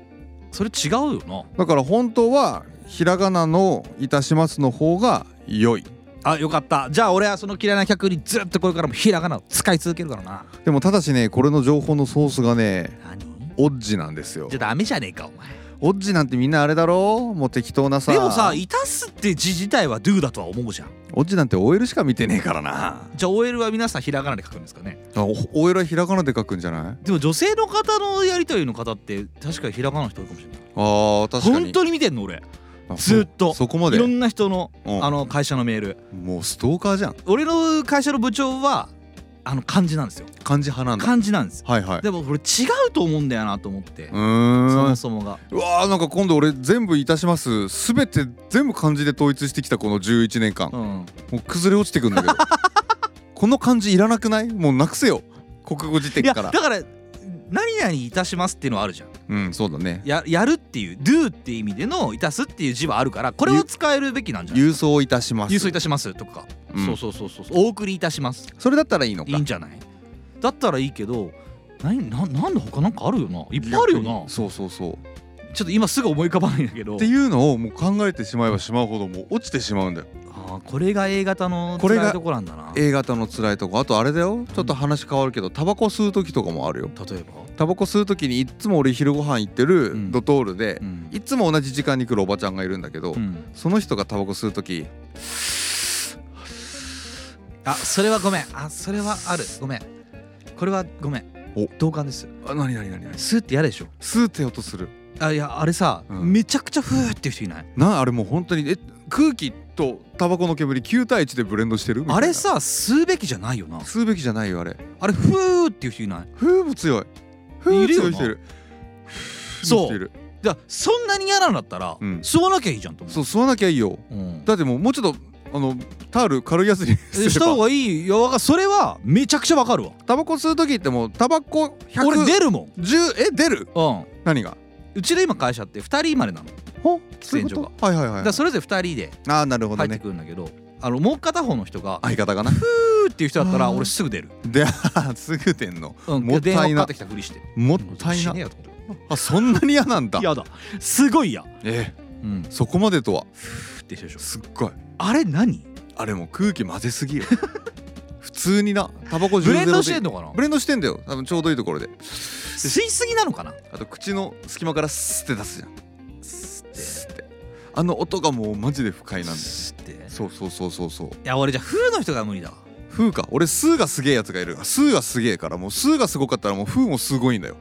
それ違うよなだから本当はひらがなの「いたします」の方が良い。あよかったじゃあ俺はその嫌いな客にずっとこれからもひらがなを使い続けるからなでもただしねこれの情報のソースがね何オッジなんですよじゃあダメじゃねえかお前オッジなんてみんなあれだろもう適当なさでもさ「いたす」って字自体は「do」だとは思うじゃんオッジなんて OL しか見てねえからなじゃあ OL は皆さんひらがなで書くんですかねあお OL はひらがなで書くんじゃないでも女性の方のやりとりの方って確かにひらがなの人多いかもしれないあー確かに本当に見てんの俺あそずっとそこまでいろんな人のうんあの会社のメールもうストーカーじゃん俺の会社の部長はあの漢字なんですよ漢字派なんだ漢字なんですはいはいでも俺違うと思うんだよなと思っうてそーんもそもがうわーなんか今度俺全部いたしますすべて全部漢字で統一してきたこの11年間うんもう崩れ落ちてくんだけど この漢字いらなくないもうなくせよ国語辞い典やかだらから何々いたしますっていうのはあるじゃんうんそうだねややるっていう「do」っていう意味での「いたす」っていう字はあるからこれを使えるべきなんじゃない郵送いたします郵送いたしますとか、うんそうそうそうそうお送りいたしますそれだったらいいのかいいんじゃないだったらいいけど何ななんで他なんかあるよないっぱいあるよなそうそうそうちょっと今すぐ思い浮かばないんだけどっていうのをもう考えてしまえばしまうほどもう落ちてしまうんだよあーこれが A 型のこれが辛いとこなんだな例え A 型の辛いとこあとあれだよちょっと話変わるけどタバコ吸う時とかもあるよば、タバコ吸う時にいっつも俺昼ご飯行ってうるんドトールで、うんいっつも同じ時間に来るおばちゃんがいるんだけど、うんその人がタバコ吸う時あそれはごめんあそれはあるごめんこれはごめんお同感です「あ何何何何スーってやるでしょ吸うって音するあいやあれさ、うんめちゃくちゃフーっていう人いないなあれもう本当にえ空気とタバコの煙9対1でブレンドしてるみたい あなれさ吸うべきじゃないよな吸うべきじゃないよあれあれフーっていう人いない風も強い風いるよ強いな人いるそ風も強いう人いるだからそんなに嫌なんだったら、うん吸わなきゃいいじゃんと思うそう吸わなきゃいいようんだってもうもうちょっとあのタオル軽いやつにすればした方がいいよわかそれはめちゃくちゃわかるわタバコ吸う時ってもうタバコ110俺出るもんえ出るうん何がうちの今会社って2人までなのだかほ喫煙所がはいはいはいらそれぞれ2人でああなるほど入ってねくるんだけどあのもう片方の人が相方かなフーっていう人だったらあー俺すぐ出るですぐ出んのうんもったいな電話かかってきたふりしてもったい死なねやと思ってあそんなに嫌なんだ嫌だすごい嫌えうんそこまでとはふってしてるでしょすっごいあれ何あれもう空気混ぜすぎよ 普通になタバコ10ブレンドしてんののかなブレンドしてんだよ多分ちょうどいいところで吸いすぎなのかなあと口の隙間からスッて出すじゃんスッてあの音がもうマジで不快なんだよ吸ってそうそうそうそうそういや俺じゃあフーの人が無理だわ風か俺数がすげえやつがいる数がすげえからもう数がすごかったらもう風もすごいんだよ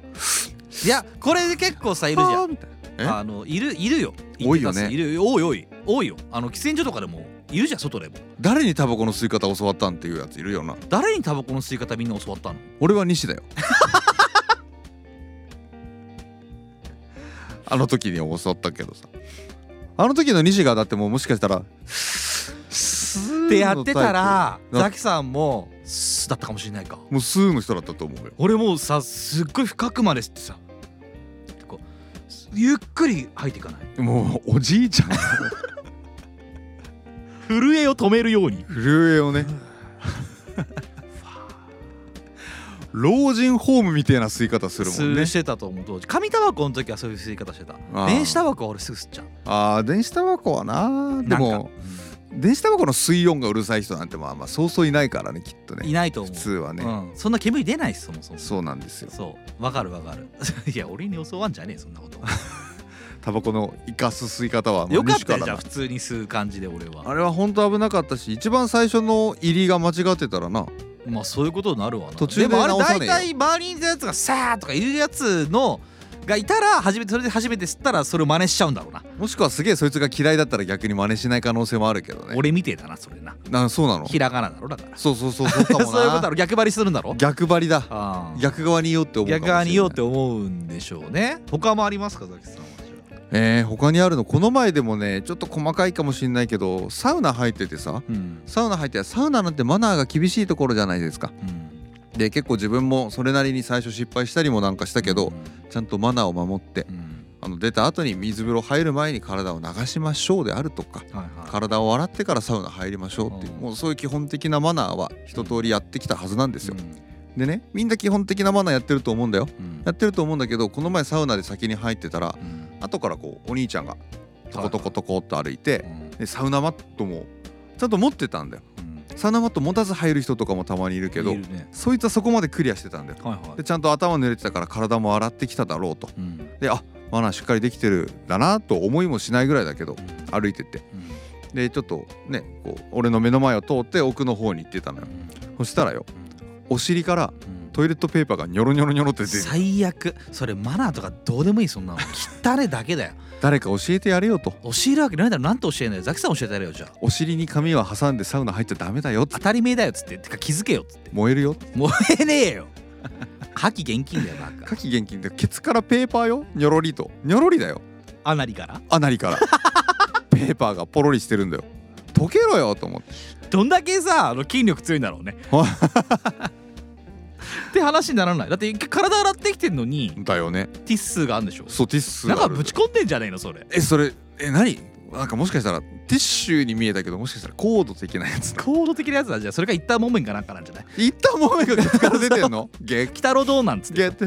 いやこれで結構さいるじゃんみたいえあのいるいるよ多いよね一定多数いるよ多い多い多いよあの喫煙所とかでもいるじゃん外でも誰にタバコの吸い方教わったんっていうやついるよな誰にタバコの吸い方みんな教わったの俺は西だ よあの時に教わったけどさあの時の西がだってもうもしかしたらってやってたのらタイプだザキさんもスーだったかもしれないかもう数の人だったと思うよ俺もうさすっごい深くまで吸ってさこうゆっくり吐いていかないもうおじいちゃん震えを止めるように震えをね老人ホームみたいな吸い方するもんねしてたと思う当時紙タバコの時はそういう吸い方してたあー電子タバコは俺すぐ吸っちゃうあー電子タバコはなでなんかも電子タバコの水音がうるさい人なんてまあまあそうそういないからねきっといねないと思普う通はね、うん、そんな煙出ないしそもそもそうなんですよそうわかるわかる いや俺に教わんじゃねえそんなことタバコの生かす吸い方はまあよかっ西たよじゃなあ普通に吸う感じで俺はあれは本当危なかったし一番最初の入りが間違ってたらなまあそういうことになるわな途中でもあれ直さ大ねえよ体周りにいたやつがさーとかいうやつのがいたら初めてそれで初めて吸ったらそれを真似しちゃうんだろうな、もしくはすげえそいつが嫌いだったら逆に真似しない可能性もあるけどね俺みてえだなそれななそうなのひらがなだろだからそうそうそう そうかもなそういうことだろ逆張りするんだろ逆張りだあー逆側にいようって思うかもし逆れな側いにいようって思うんでしょうね他もありますかザキさんはじゃあえー、他にあるのこの前でもねちょっと細かいかもしんないけどサウナ入っててさうんサウナ入ってサウナなんてマナーが厳しいところじゃないですかうんで結構自分もそれなりに最初失敗したりもなんかしたけどちゃんとマナーを守ってうんあの出た後に水風呂入る前に体を流しましょうであるとかはいはい体を洗ってからサウナ入りましょうっていううんもうそういう基本的なマナーは一通りやってきたはずなんですようんでねみんな基本的なマナーやってると思うんだようんやってると思うんだけどこの前サウナで先に入ってたらうん後からこうお兄ちゃんがトコトコトコっと歩いてうんでサウナマットもちゃんと持ってたんだようんサナマット持たず入る人とかもたまにいるけどいるねそいつはそこまでクリアしてたんだよはいはでちゃんと頭濡れてたから体も洗ってきただろうというんであマナーしっかりできてるだなと思いもしないぐらいだけど歩いてってうんでちょっとねこう俺の目の前を通って奥の方に行ってたのよそしたらよお尻からうんトイレットペーパーがニョロニョロニョロって出てる最悪それマナーとかどうでもいいそんなの汚れだけだよ誰か教えてやれよと教えるわけないだろなんて教えんのよザキさん教えてやれよじゃあお尻に髪は挟んでサウナ入っちゃダメだよっつ当ってたり前だよっつっててか気づけよっつって燃えるよ燃えねえよ破棄厳禁だよバカ夏季厳禁でケツからペーパーよニョロリとニョロリだよあなりからあなり からペーパーがポロリしてるんだよ溶けろよと思ってどんだけさあの筋力強いんだろうねって話にならないだって体洗ってきてんのにだよねティッスーがあるんでしょそうティッスがなあんるかぶち込んでんじゃねえのそれえそれえ何なんかもしかしたらティッシュに見えたけどもしかしたらコード的なやつ高度的なやつだじゃあそれが一旦もめんかなんかなんじゃないいったもめがケツから出てんのゲ鬼太郎どうなんつってゲって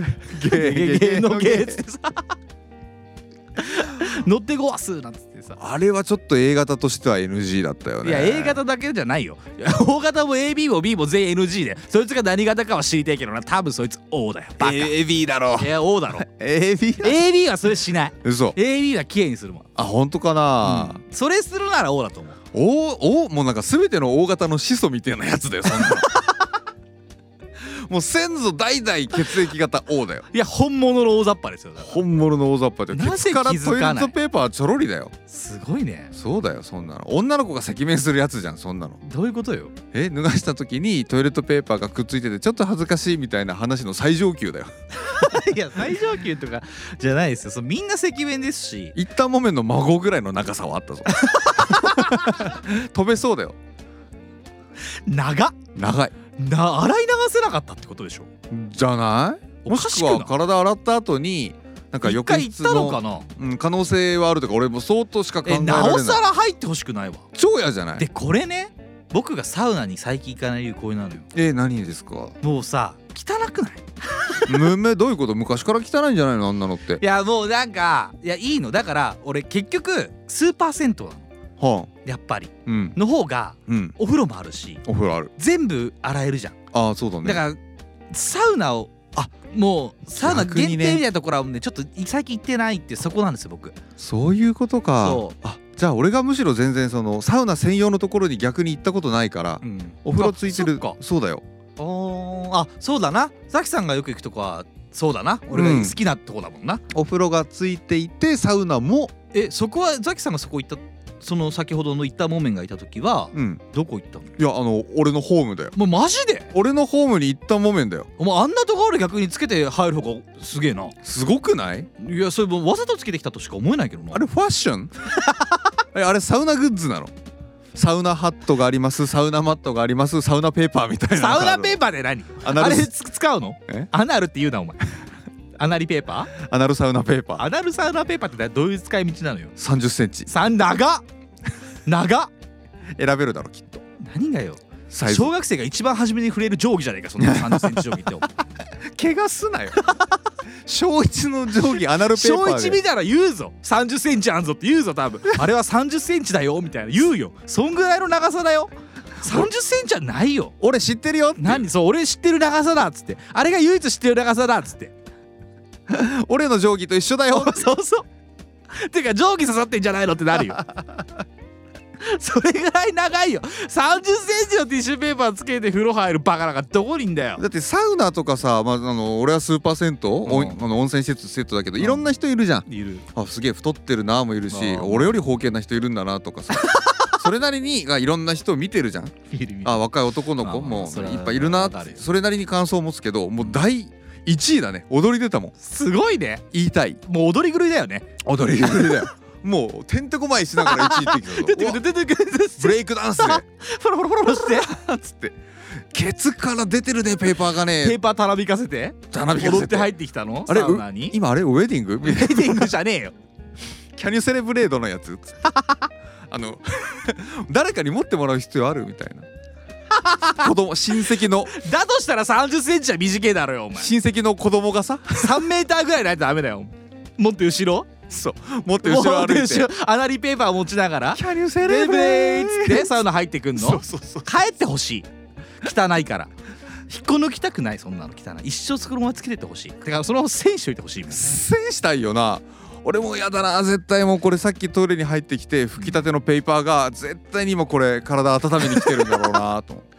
ゲゲゲのゲーっゲつってさ乗ってごわすなんつってさあれはちょっと A 型としては NG だったよねいや A 型だけじゃないよいや O 型も AB も B も全員 NG でそいつが何型かは知りたいけどな多分そいつ O だよバカ、 AB だろいや O だろ AB AB はそれしない嘘 AB は綺麗にするもんあ本当かな、うんそれするなら O だと思うおおもうなんか全ての大型の始祖みたいなやつだよそんなのもう先祖代々血液型 O だよいや本物の大雑把ですよだか本物の大雑把でなケぜツから気トイづレかッないトペーパーちょろりだよらすごいねそうだよそんなの女の子が赤面するやつじゃんそんなのどういうことよえ脱がした時にトイレットペーパーがくっついててちょっと恥ずかしいみたいな話の最上級だよいや最上級とかじゃないですよそうみんな赤面ですし一旦もめんの孫ぐらいの長さはあったぞ飛べそうだよ長っ長いな洗い流せなかったってことでしょじゃないおもかしくしくないは体洗った後になんか一浴回行っ室たののかなうん、可能性はあるとか俺も相当しか考ええられなないおさら入ってほしくないわ超嫌じゃないでこれね僕がサウナに最近行かない理由こういうのなのよえ何ですかもうさ汚くないむめどういうこと昔から汚いんじゃないのあんなのっていやもうなんかいやいいのだから俺結局スーパー銭湯なはのあやっぱりうんの方がうんお風呂もあるしお風呂ある全部洗えるじゃんああそうだねだからサウナをあもうサウナ逆限にね定みたいなところはねちょっと最近行ってないってそこなんですよ僕そういうことかそうあじゃあ俺がむしろ全然そのサウナ専用のところに逆に行ったことないから、うんお風呂ついてるあそっかそうだよおーあそうだなザキさんがよく行くとこはそうだな俺がうん好きなとこだもんな、お風呂がついていてサウナもえそこはザキさんがそこ行ったその先ほどの行ったモメンがいた時はうんどこ行ったのいやあの俺のホームだよもうマジで俺のホームに行ったもめんだよお前あんなところ逆につけて入る方がすげえなすごくないいやそれもうわざとつけてきたとしか思えないけどなあれファッション あれあれサウナグッズなのサウナハットがありますサウナマットがありますサウナペーパーみたいなサウナペーーパーで何アナあルれつ使うのえアナルって言うなお前アナリペーパーアナルサウナペーパーアナルサウナペーパーってどういう使い道なのよ3 0ンチさ長っ長っ選べるだろきっと何がよサイズ小学生が一番初めに触れる定規じゃねえかそんな3 0センチ定規ってお前怪我すなよ 小1の定規アナルペーパ小ーで1見たら言うぞ3 0センチあんぞって言うぞ多分あれは3 0センチだよみたいな言うよそんぐらいの長さだよ3 0センチはないよ俺知ってるよって何そう俺知ってる長さだっつってあれが唯一知ってる長さだっつって俺の定規と一緒だよそうそうてか定規刺さってんじゃないのってなるよそれぐらい長いよ3 0センチのティッシュペーパーつけて風呂入るバカなんかどこにいんだ よだってサウナとかさ、まあ、あの俺はスーパー銭湯、おうんあの温泉施設セットだけどいろんな人いるじゃん、いるあすげえ太ってるなもいるしうん俺より方形な人いるんだなとか さそれなりにがいろんな人を見てるじゃんいるあ若い男のまあ子まあもそれはいっぱいいるなわかるよそれなりに感想を持つけどもう第1位だね踊り出たもんすごいね言いたいもう踊り狂いだよね踊り出だよもうてんてこまいしながら1位ってきたぞ 出てくうわる出てくる出てく ブるレイクダンスでフォロフォロフォロしてつってケツから出てるねペーパーがペねーパーたらびかせてたらびかせて踊って入ってきたのあれサウナに今あれウェディングみたい なレディングじゃねえよキャニュセレブレードのやつ あの 誰かに持ってもらう必要あるみたい な子供親戚のだとしたら3 0センチは短いだろよお前 親戚の子供がさ3メーターぐらいないとダメだよもっと後ろそうもっと後ろ歩いてもうアナリペーパー持ちながら「Can you 「デブレイ」っ celebrate?」つってサウナ入ってくんそ のうそうそう帰ってほしい汚いから引っこ抜きたくないそんなの汚い一生そのままつけててほしいだからそのまま栓しといてほしいもんせんしたいよな俺もやだな絶対もうこれさっきトイレに入ってきて拭きたてのペーパーが絶対に今これ体温めに来てるんだろうなと思 って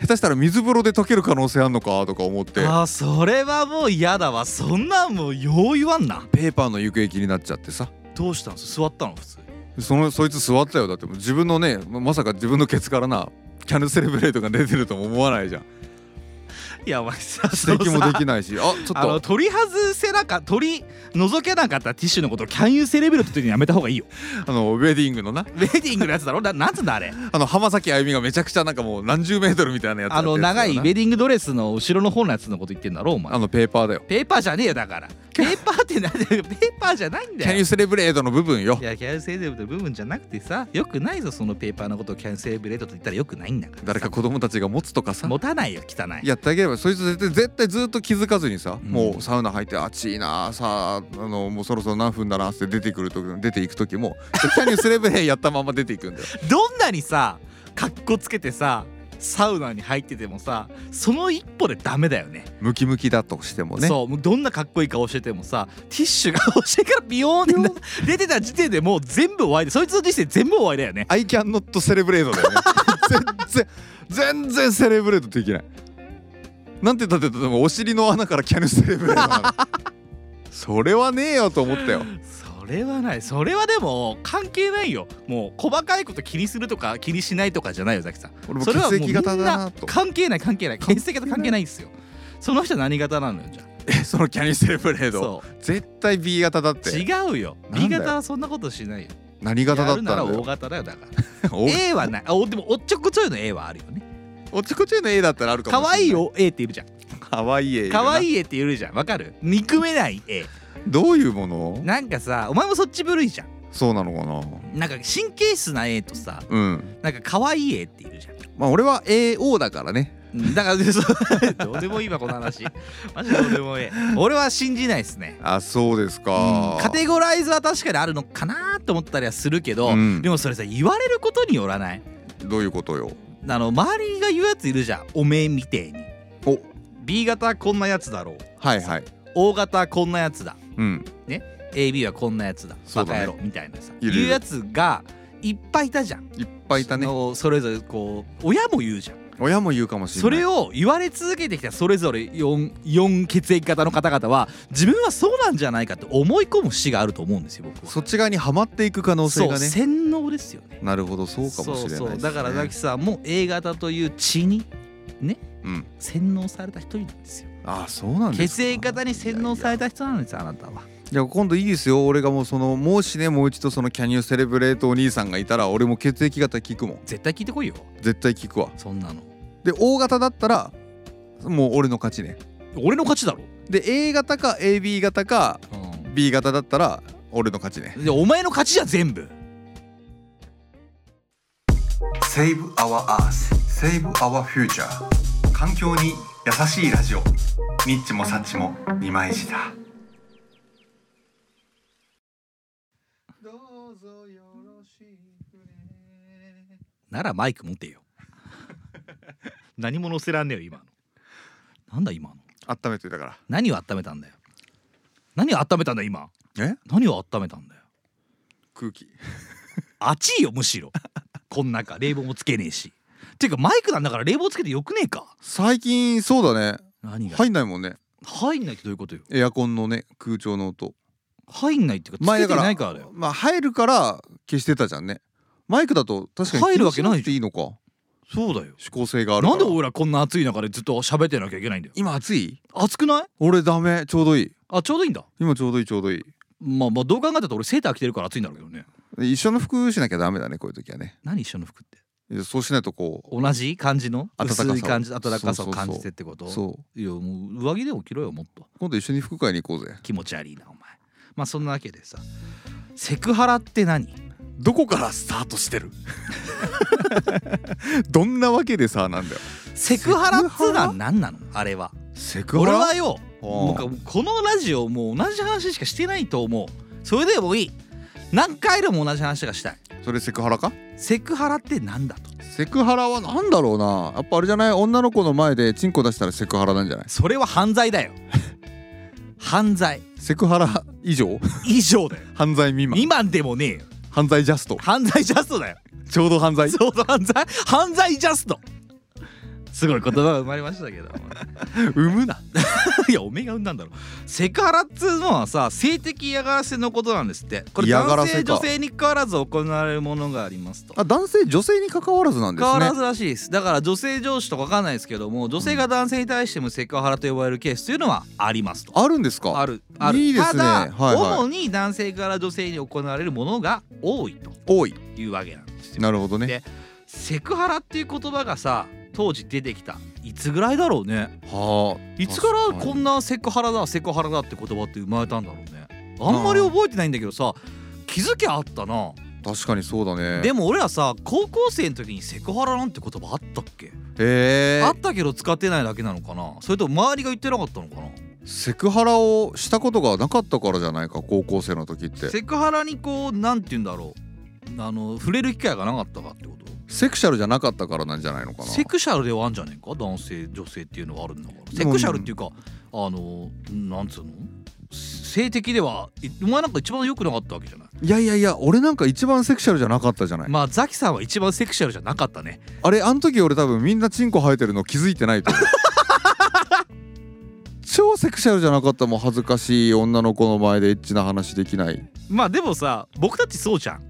下手したら水風呂で溶ける可能性あんのかとか思ってあーそれはもう嫌だわそんなんもうよう言わんなペーパーの行方気になっちゃってさどうしたんす座ったの普通にそのそいつ座ったよだってもう自分のねままさか自分のケツからなキャヌセレブレイトが出てるとも思わないじ ゃんいやばいさ指摘もでいきないしあちょあのっと取り外せなか取り除けなかったティッシュのことをキャンユーセレブルって言うのやめた方がいいよあのウェディングのなレディングのやつだろななんつうんだあれあの浜崎あゆみがめちゃくちゃなんかもう何十メートルみたいなやつやあってるやのつだよな長いウェディングドレスの後ろの方のやつのこと言ってんだろお前あのペーパーだよペーパーじゃねえよだからペーパーってなんだよペーパーじゃないんキャだニュよセレブレートの部分よいやキャンセレブレートの部分じゃなくてさよくないぞそのペーパーのことをキャンセレブレートと言ったらよくないんだから誰か子供たちが持つとかさ持たないよ汚いやってあげればそいつ絶対絶対ずっと気づかずにさ、うんもうサウナ入って「あっちいなさああのもうそろそろ何分だな」って出てくる時出ていく時も キャニュセレブレイやったまま出ていくんだよどんなにさかっこつけてさサウナに入っててもさその一歩でダメだよねムキムキだとしてもねそうもうどんなかっこいい顔しててもさティッシュがお尻からビヨーンって出てた時点でもう全部終わりでそいつの時点で全部終わりだよね「I can not celebrate」だよね全然全然セレブレートできないなんて言ったってでもお尻の穴からキャニュセレブレートなのそれはねえよと思ったよそれはないそれはでも関係ないよもう細かいこと気にするとか気にしないとかじゃないよザキさん俺もそれはもう血み液んな型だなと関係ない関係ない血液型関係ないんですよその人何型なのよじゃあそのキャニュセレブレートそ絶対 B 型だっうて違うよなんだよ B 型はそんなことしないよ何型だやったるんなだら O よ型だよだからお A はないあおでもおっちょこちょいの A はあるよねおっちょこちょいの A だったらあるかもしれ可ない愛い A っているじゃんかわいい A 可愛いい A っているじゃんわかる憎めない A どういうものなんかさお前もそっちぶるいじゃんそうなのかななんか神経質な A とさうんなんか可愛い A っているじゃんまあ俺は AO だからねうんだからそう どうでもいいわこの話マジでどうでもいい俺は信じないですねあそうですうか、んカテゴライズは確かにあるのかなーって思ったりはするけど、うんでもそれさ言われることによらないどういうことよあの周りが言うやついるじゃんおめえみてえにお B 型はこんなやつだろうはいはい O 型はこんなやつだうん AB はこんなやつだそバうだカね野郎みたいなさいるいる言うやつがいっぱいいたじゃんいっぱいいたねそのそれぞれこう親も言うじゃん親も言うかもしれないそれを言われ続けてきたそれぞれ 4, 4血液型の方々は自分はそうなんじゃないかって思い込む節があると思うんですよ僕はそっち側にはまっていく可能性そうがね洗脳ですよねなるほどそうかもしれないです、ね、そうそうだからザキさんも A 型という血にうん洗脳された一人なんですよあそうなんです血か液型に洗脳された人なんですよあなたはじゃあ今度いいですよ俺がもうそのもしねもう一度そのキャニューセレブレートお兄さんがいたら俺も血液型聞くもん絶対聞いてこいよ絶対聞くわそんなので O 型だったらもう俺の勝ちね俺の勝ちだろ、で A 型か AB 型か B 型だったら俺の勝ちねでお前の勝ちじゃん全部 Save our earth, save our future 環境に優しいラジオニッチもサッチも二枚舌ならマイク持てよ 何も載せらんねえよ今のなんだ今の温めといたか何を温めたんだよ何を温めたんだよ今らえ何を温めたんだよ空気暑いよむ しろこん中冷房もつけねえしていうかマイクなんだから冷房つけてよくねえか最近そうだね何が、入んないもんね入んないってどういうことよエアコンのね空調の音入んないっていうかつ前だけてからないからだよまあ入るから消してたじゃんねマイクだと確かに入るわけな気いにしくていいのかそうだよ指向性があるかならんで俺らこんな暑い中でずっと喋ってなきゃいけないんだよ今暑い暑くない俺ダメちょうどいいあちょうどいいんだ今ちょうどいいちょうどいいまあまあどう考えたって俺セーター着てるから暑いんだろうけどねで一緒の服しなきゃダメだねこういう時はね何一緒の服っていやそうしないとこ同じ感じの暖かさを薄い感じ暖かさそうそうそうを感じてってことうそういやもう上着でも着ろよもっと今度一緒に服買いに行こうぜ気持ち悪いなお前まあそんなわけでさセクハラって何どこからスタートしてる どんなわけでさなんだよセクハラっつうのは何なのあれはセクハ俺ラはよああもうこのラジオもう同じ話しかしてないと思うそれでもいい何回でも同じ話がしたいそれセクハラかセクハラってなんだとセクハラはなんだろうなやっぱあれじゃない女の子の前でチンコ出したらセクハラなんじゃないそれは犯罪 だよ犯罪セクハラ以上以上だよ犯罪未満未満でもねえよ犯罪ジャスト犯罪ジャストだよちょうど犯罪そう犯罪犯罪ジャストすごい言葉が生まれましたけ ど 産むないやおめえが産んだんだろセクハラっつうのはさ性的嫌がらせのことなんですってこれ嫌がら男せ性か女性に関わらず行われるものがありますとあ男性女性に関わらずなんです変わらねずらしいですだから女性上司とかわかんないですけども女性が男性に対してもセクハラと呼ばれるケースというのはありますとあるんですあかるあるいいですねただ、はいはい主に男性から女性に行われるものが多いと多いいうわけなんですよなるほどねでセクハラっていう言葉がさ当時出てきたいつぐらいだろうねはあいつからこんななセクハラだセクハラだって言葉って生まれたんだろうねあんまり覚えてないんだけどさ気づきゃあったな確かにそうだねでも俺らさ高校生の時にセクハラなんて言葉あったっけへえあったけど使ってないだけなのかなそれとも周りが言ってなかったのかなセクハラをしたことがなかったからじゃないか高校生の時ってセクハラにこうなんて言うんだろうあの触れる機会がなかったかってことセクシャルじゃなかったからなんじゃないのかなセクシャルではあるんじゃねえか男性女性っていうのはあるんだからでセもクシャルっていうかあのなんつうの性的ではいお前なんか一番良くなかったわけじゃない、いやいやいや俺なんか一番セクシャルじゃなかったじゃない、まあザキさんは一番セクシャルじゃなかったねあれあの時俺多分みんなチンコ生えてるの気づいてないと 思う超セクシャルじゃなかったもん恥ずかしい女の子の前でエッチな話できないまあでもさ僕たちそうじゃん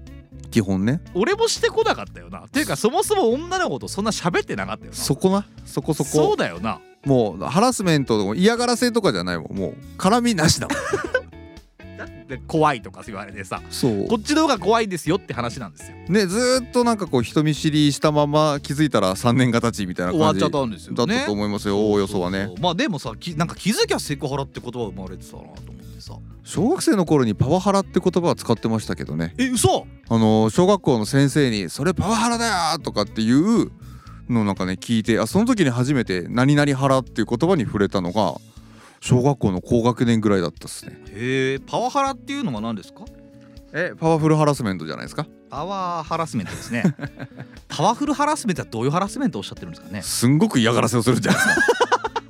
基本ね俺もしてこなかったよなっていうかそもそも女の子とそんな喋ってなかったよなそこなそこそこそうだよなもうハラスメントとか嫌がらせとかじゃないもんもう絡みなしだもんだって怖いとか言われてさそうこっちの方が怖いですよって話なんですよねずーっとなんかこう人見知りしたまま気づいたら3年が経ちみたいな終わっ感じちゃだっったんですよねたと思いますよおおよそはそねうまあでもさきなんか気づきゃセクハラって言葉生まれてたなと思ってさ小学生の頃にパワハラって言葉は使ってましたけどねえ嘘あのー小学校の先生に「それパワハラだよ!」とかっていうのをなんかね聞いてあその時に初めて「何々ハラ」っていう言葉に触れたのが小学校の高学年ぐらいだったっすねへえパワハラっていうのは何ですかえパワフルハラスメントじゃないですかパワーハラスメントですね パワフルハラスメントはどういうハラスメントをおっしゃってるんですかねすんごく嫌がらせをするんじゃないですか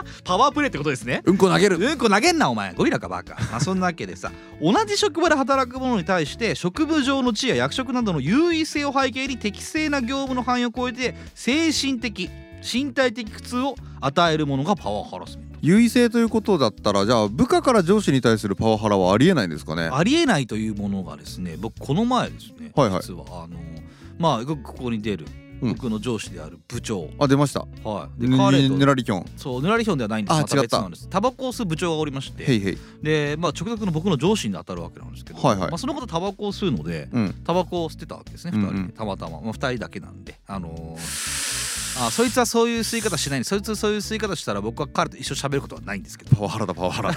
パワープレイってことですねうんこ投げるうんこ投げんなお前ゴリラか バカまあそんなわけでさ同じ職場で働く者に対して職務上の地位や役職などの優位性を背景に適正な業務の範囲を超えて精神的身体的苦痛を与えるものがパワーハラスメント優位性ということだったらじゃあ部下から上司に対するパワハラはありえないんですかねありえないというものがですね僕この前ですね、はいはい実はあのまあよくここに出るうん僕の上司である部長、あ出ましたはいで彼ねとねらりきょんそうぬらりひょんではないんですあまた違った別なんですタバコを吸う部長がおりましてへいへいで、まあ、直属の僕の上司に当たるわけなんですけど、はいはいまあ、そのことタバコを吸うのでうんタバコを吸ってたわけですねう2んう人んで、たまたま、まあ、2人だけなんであのーあそいつはそういう吸い方しないんでそいつそういう吸い方したら僕は彼と一緒に喋ることはないんですけどパワハラだパワハラ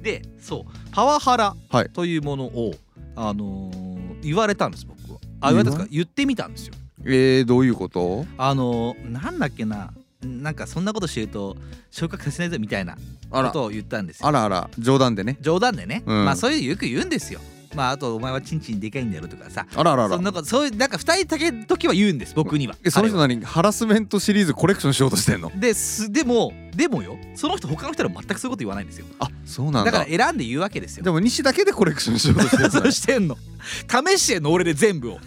でそうパワハラはいというものを、あのー言われたんです僕はあ言われたんですか言ってみたんですよ えー、どういうことあのーなんだっけななんかそんなことしてると昇格させないぞみたいなあこらとを言ったんですよあらあら冗談でね冗談でね、うんまあそういうのよく言うんですよまああとお前はチンチンでかいんだろとかさあらあらあそんらなことそういうなんか二人だけの時は言うんです僕にはえその人彼は何ハラスメントシリーズコレクションしようとしてんのですでもでもよその人他の人ら全くそういうこと言わないんですよあそうなんだだから選んで言うわけですよでも西だけでコレクションしようと してるんだ そうしてんの試してんの俺で 全部を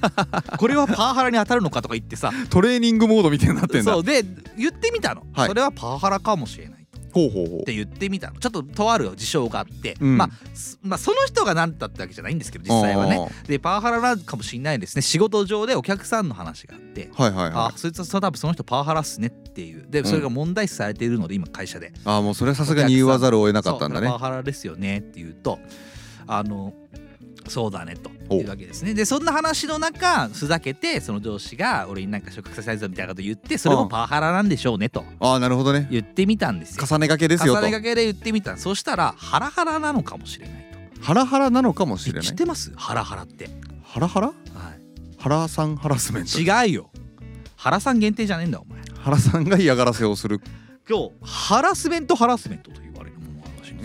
これはパワハラに当たるのかとか言ってさトレーニングモードみたいになってんだそほうで言ってみたの、はいそれはパワハラかもしれないっうほうほうて言ってみたのちょっととある事象があって、うんまあ、すまあその人が何だったわけじゃないんですけど実際はねでパワハラなのかもしれないですね仕事上でお客さんの話があってあーはいはいはあいそいつは多分その人パワハラっすねっていうでんそれが問題視されているので今会社であーもうそれはさすがに言わざるを得なかったんだそうねパワハラですよねって言うとあのそうだねとおいうわけですねでそんな話の中ふざけてその上司が俺になんか食させるぞみたいなこと言ってそれもパワハラなんでしょうねとああなるほどね言ってみたんですよ重ね掛けですよ重とねがけで言ってみたそしたらハラハラなのかもしれないとハラハラなのかもしれえな知いってますハラハラって、ハラハラはハラさんハラスメントい、違うよハラさん限定じゃねえんだお前ハラさんが嫌がらせをする今日ハラスメントハラスメントと言われるものがあるらしいんう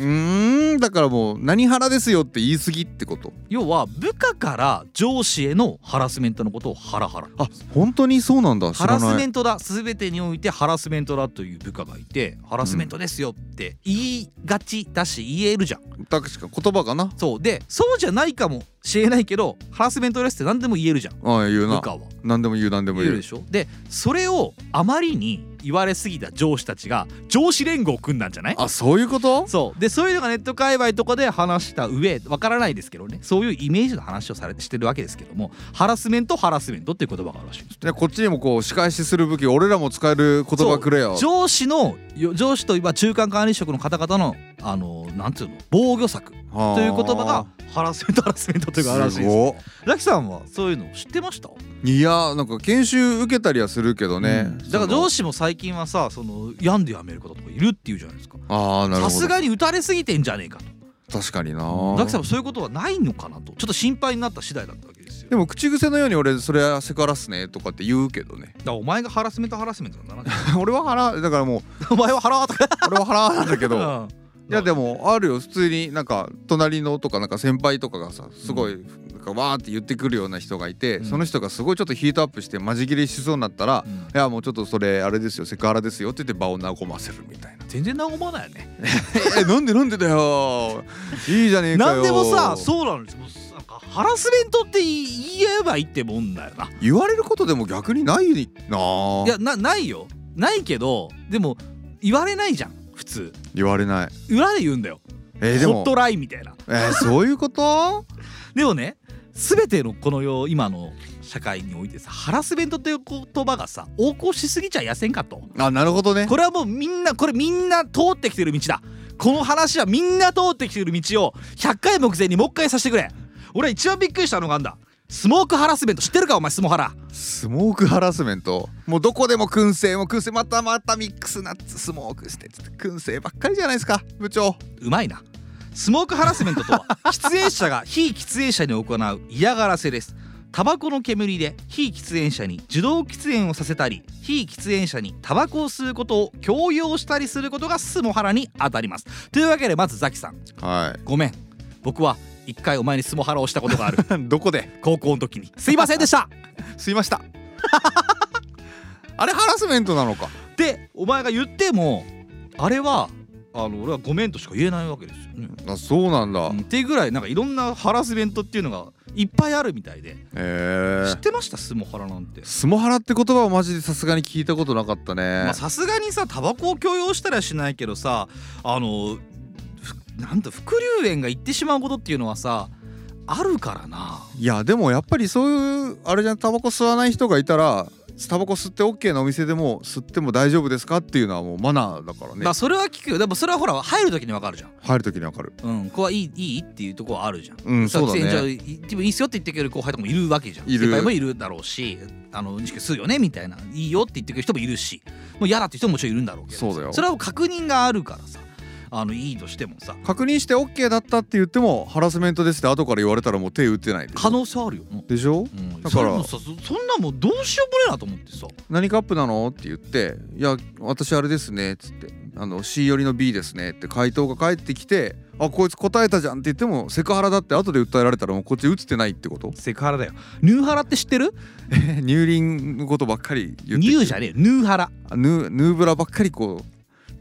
ーんだからもう何腹ですよって言い過ぎってこと要は部下から上司へのハラスメントのことをハラハラあ本当にそうなんだ知ハらラスなメいントだ全てにおいてハラスメントだという部下がいてハラスメントですよって言いがちだし言えるじゃん確か言葉かなそうでそうじゃないかもしれないけどハラスメントですって何でも言えるじゃんああ言う部な下は何でも言う何でも言言えるうでしょでそれをあまりに言われすぎた上司たちが上司連合を組んだんじゃないあそういうことそうでそういうのがネット界隈とかで話した上わからないですけどねそういうイメージの話をされてしてるわけですけどもハラスメントハラスメントっていう言葉があるらしいんですじゃあこっちにもこう仕返しする武器俺らも使える言葉くれよ上司のよ上司といえば中間管理職の方々のあのなんていうの防御策とという言葉がハラスメントハラスメントというかあるらしいすですごラキさんはそういうの知ってましたいやなんか研修受けたりはするけどね、うんだから上司も最近はさその病んで辞める方とかいるっていうじゃないですかああなるほさどすがに打たれすぎてんじゃねえかと確かになラキさんもそういうことはないのかなとちょっと心配になった次第だったわけですよでも口癖のように俺それはセクハラっすねとかって言うけどね だからお前がハラスメントハラスメントなんだな 俺は腹だからもうお前はハラとか俺は腹なんだ けどうんいやでもあるよ普通になんか隣のとかなんか先輩とかがさすごいなんかわーって言ってくるような人がいて、うんその人がすごいちょっとヒートアップしてマジ切れしそうになったら「うんいやもうちょっとそれあれですよセクハラですよ」って言って場を和ませるみたいな全然和まないよね「 えなんでなんでだよいいじゃねえかよ」なんでもさそうなんですもうなんかハラスメントって言えばいいってもんだよな言われることでも逆にないなあいやなないよないけどでも言われないじゃん普通言われない裏で言うんだよ、えー、でホッもトラインみたいなえー、そういうこと でもね全てのこの世今の社会においてさハラスメントっていう言葉がさ横行しすぎちゃいやせんかとあなるほどねこれはもうみんなこれみんな通ってきてる道だこの話はみんな通ってきてる道を100回目前にもう一回させてくれ俺一番びっくりしたのがあんだスモークハラスメント知ってるかお前スモハラスモークハラスメントもうどこでも燻製も燻製またまたミックスナッツスモークしてつって燻製ばっかりじゃないですか部長うまいなスモークハラスメントとは喫煙者が非喫煙者に行う嫌がらせですタバコの煙で非喫煙者に受動喫煙をさせたり非喫煙者にタバコを吸うことを強要したりすることがスモハラに当たりますというわけでまずザキさんはごめん僕は一回お前にスモハラをしたことがあるい どこで高校の時にすいませんでした吸いました あれハラスメントなのかでお前が言ってもあれはあの俺はごめんとしか言えないわけですよね、あそうなんだ、うんっていうぐらいなんかいろんなハラスメントっていうのがいっぱいあるみたいでえ知ーっ、てましたスモハラなんてスモハラって言葉はマジでさすがに聞いたことなかったね、まあさすがにさタバコを強要したりはしないけどさあのふなんと副流煙が言ってしまうことっていうのはさあるからないやでもやっぱりそういうあれじゃんタバコ吸わない人がいたらタバコ吸って OK なお店でも吸っても大丈夫ですかっていうのはもうマナーだからねまあそれは聞くよでもそれはほら入る時にわかるじゃん入る時にわかるうんここはいいいいっていうとこはあるじゃんうんそうだ喫煙所ねいでもいいっすよって言ってくれる後輩とかもいるわけじゃんいる先輩もいるだろうしあの西君吸うよねみたいないいよって言ってくれる人もいるしもう嫌だって人ももちろんいるんだろうけどそうだよそれは確認があるからさあのいいとしてもさ確認して OK だったって言ってもハラスメントですって後から言われたらもう手打ってないでし可ょ能性あるよなでしょうん、だだかかららそそそんなもんどうしようもねえなと思ってさ何カップなのって言って「いや私あれですね」っつって「あの C 寄りの B ですね」って回答が返ってきて「あこいつ答えたじゃん」って言ってもセクハラだって後で訴えられたらもうこっち打つてないってこと セクハラだよヌーハラって知ってる乳輪のことばっかり言ってニューじゃねえよヌーハラあヌーヌーブラばっかりこう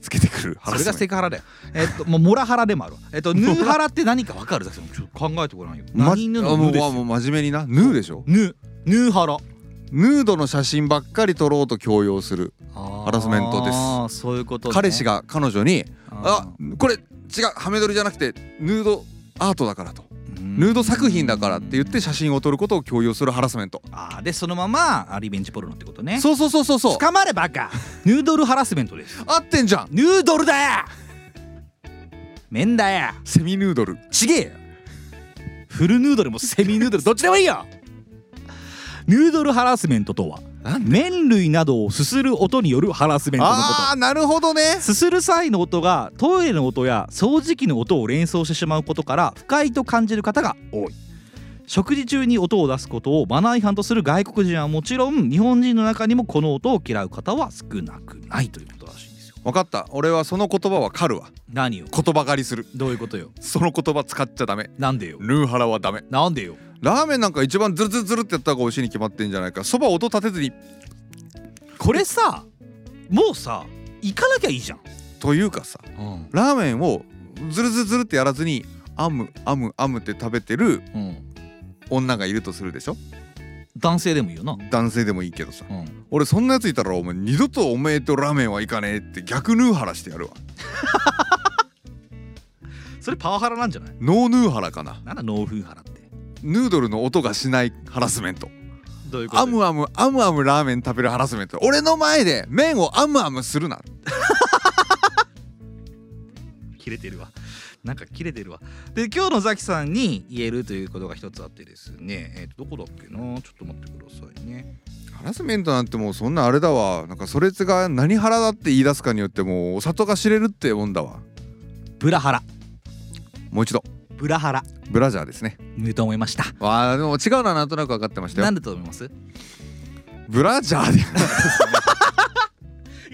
つけてくるそれがクセクハラだよえっともうモラハラでもあるわえっとヌーハラって何か分かるだけちょっと考えてごらんよ 何まヌあのもヌうですわもよう真面目になヌーでしょヌヌーハラヌードの写真ばっかり撮ろうと強要するハハラスメントですそういうこと、ね、彼氏が彼女にああこれ違うハメ撮りじゃなくてヌードアートだからとヌード作品だからって言って写真を撮ることを強要するハラスメントあーでそのままあリベンジポルノってことねそうそうそうそうそう捕まれバカヌードルハラスメントです合ってんじゃんヌードルだよ麺だよセミヌードルちげえよフルヌードルもセミヌー ドルどっちでもいいよヌードルハラスメントとは麺類などをすする音によるハラスメントのことああーなるほどねすする際の音がトイレの音や掃除機の音を連想してしまうことから不快と感じる方が多い食事中に音を出すことをマナー違反とする外国人はもちろん日本人の中にもこの音を嫌う方は少なくないということらしいんですよ分かった俺はその言葉は狩るわ何よ言葉狩りするどういうことよその言葉使っちゃダメなんでよヌーハラはダメなんでよラーメンなんか一番ズルズルズルってやった方が美味しいに決まってんじゃないかそば音立てずにこれさもうさ行かなきゃいいじゃん、というかさうんラーメンをズルズルズルってやらずにアムアムアムって食べてるうん、女がいるとするでしょ男性でもいいよな、男性でもいいけどさうん、俺そんなやついたらお前二度とおめえとラーメンはいかねえって逆ヌーハラしてやるわそれパワハラなんじゃないノーヌーハラかななんだノーフンハラってヌードルの音がしないハラスメントどういうことアムアムアムアムラーメン食べるハラスメント俺の前で麺をアムアムするな切れてるわなんか切れてるわで今日のザキさんに言えるということが一つあってですねえっ、とどこだっけなちょっと待ってくださいねハラスメントなんてもうそんなあれだわなんかそれつが何ハラだって言い出すかによってもうお里が知れるってもんだわブラハラもう一度ブラハラブラジャーですね言うと思いましたわあでも違うのはなんとなく分かってましたなよんでと思いますブラジャーでい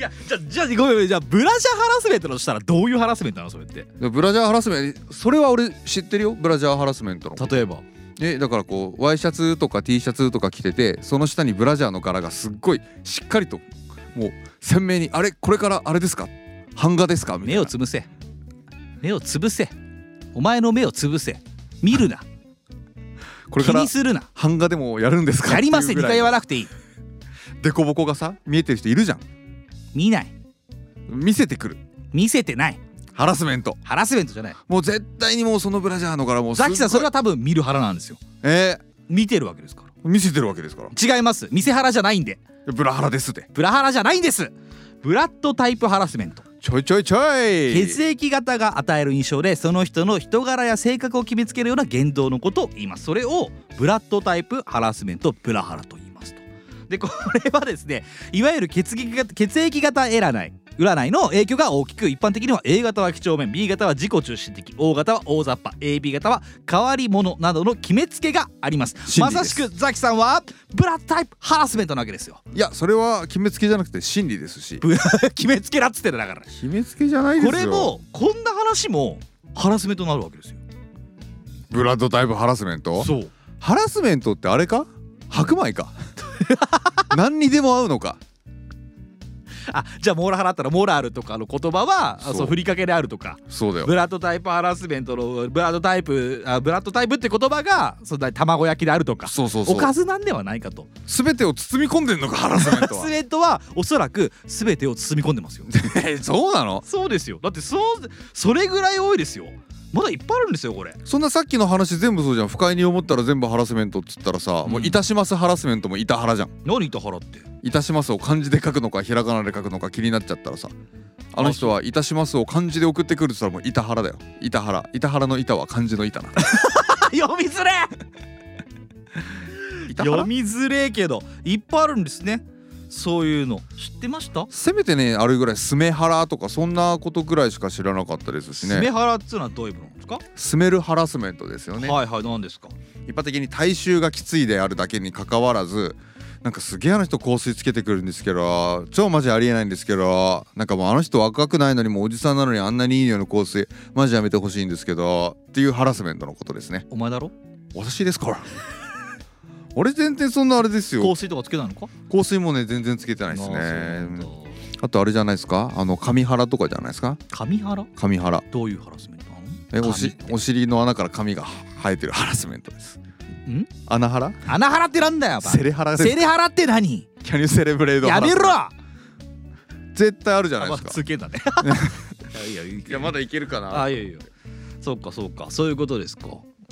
やじゃあじゃあごめんごめんじゃあブラジャーハラスメントだとしたらどういうハラスメントなのそれってブラジャーハラスメントそれは俺知ってるよブラジャーハラスメントの例えばえだからこうワイシャツとか T シャツとか着ててその下にブラジャーの柄がすっごいしっかりともう鮮明にあれこれからあれですか版画ですかみたい目なをつぶせ目をつぶせお前の目をつぶせ見るなこれ気からにするな版画でもやるんですかやりません2回言わらなくていいでこぼこがさ見えてる人いるじゃん見ない見せてくる見せてないハラスメントハラスメントじゃないもう絶対にもうそのブラジャーの柄もうすっザごいキさんそれは多分見るハラなんですよえ見てるわけですかー見せてるわけですからら違います見せハラじゃないんでブラハラですってブラハラじゃないんですブラッドタイプハラスメントちょいちょいちょい血液型が与える印象でその人の人柄や性格を決めつけるような言動のことを言いますそれをブラッドタイプハラスメントブラハラと言いますとでこれはですねいわゆる血液型血液型占い占いの影響が大きく一般的には A 型は几帳面 B 型は自己中心的 O 型は大雑把 AB 型は変わり者などの決めつけがあります真ま理ですさしくザキさんはブラッドタイプハラスメントなわけですよいやそれは決めつけじゃなくて真理ですし決めつけだっつってるだから決めつけじゃないですこよれもこんな話もハラスメントになるわけですよブラッドタイプハラスメントそうハラスメントってあれか白米 か何にでも合うのかあじゃあモーラハラあったらモラルとかの言葉はそうそうそうふりかけであるとかそうだよブラッドタイプハラスメントのブラッドタイプあブラッドタイプって言葉がそんな卵焼きであるとかそうそうそうおかずなんではないかと全てを包み込んでんのかハラスメンハト ラはスメントはおそらく全てを包み込んでますよえ そうなのそうですよだってそうそれぐらい多いですよまだいっぱいあるんですよこれそんなさっきの話全部そうじゃん不快に思ったら全部ハラスメントっつったらさ、うんもういたしますハラスメントもいたはらじゃん何いたハラっていたしますを漢字で書くのかひらがなで書くのか気になっちゃったらさあの人はいたしますを漢字で送ってくるっつったらもういたはらだよいたはらいたはらの板は漢字の 板なあ読みづれいたは読らみづれえけどいっぱいあるんですねそういうの知ってましたせめてねあれぐらいスメハラとかそんなことぐらいしか知らなかったですしスメねハラっつうのはどういうものなんですか、スメるハラスメントですよねはいはい何ですか一般的に体臭がきついであるだけにかかわらずなんかすげえあの人香水つけてくるんですけど超マジありえないんですけどなんかもうあの人若くないのにもうおじさんなのにあんなにいい匂いの香水マジやめてほしいんですけどっていうハラスメントのことですねお前だろ私ですから 俺全然そんなあれですよ香水とかつけないのか香水もね全然つけてないですあーそうなんだねあとあれじゃないですかあの髪腹とかじゃないですか髪ハラ髪腹どういうハラスメントなのえおし髪お尻の穴から髪が生えてるハラスメントですん穴腹穴ハラってなんだよお前セレ腹ですセレハラって何 Can you celebrate やめろあ絶対あるじゃないまであすか。つけ だねいやいやいいやまだいけるかな。あいやいやそうかそうかそういうことですか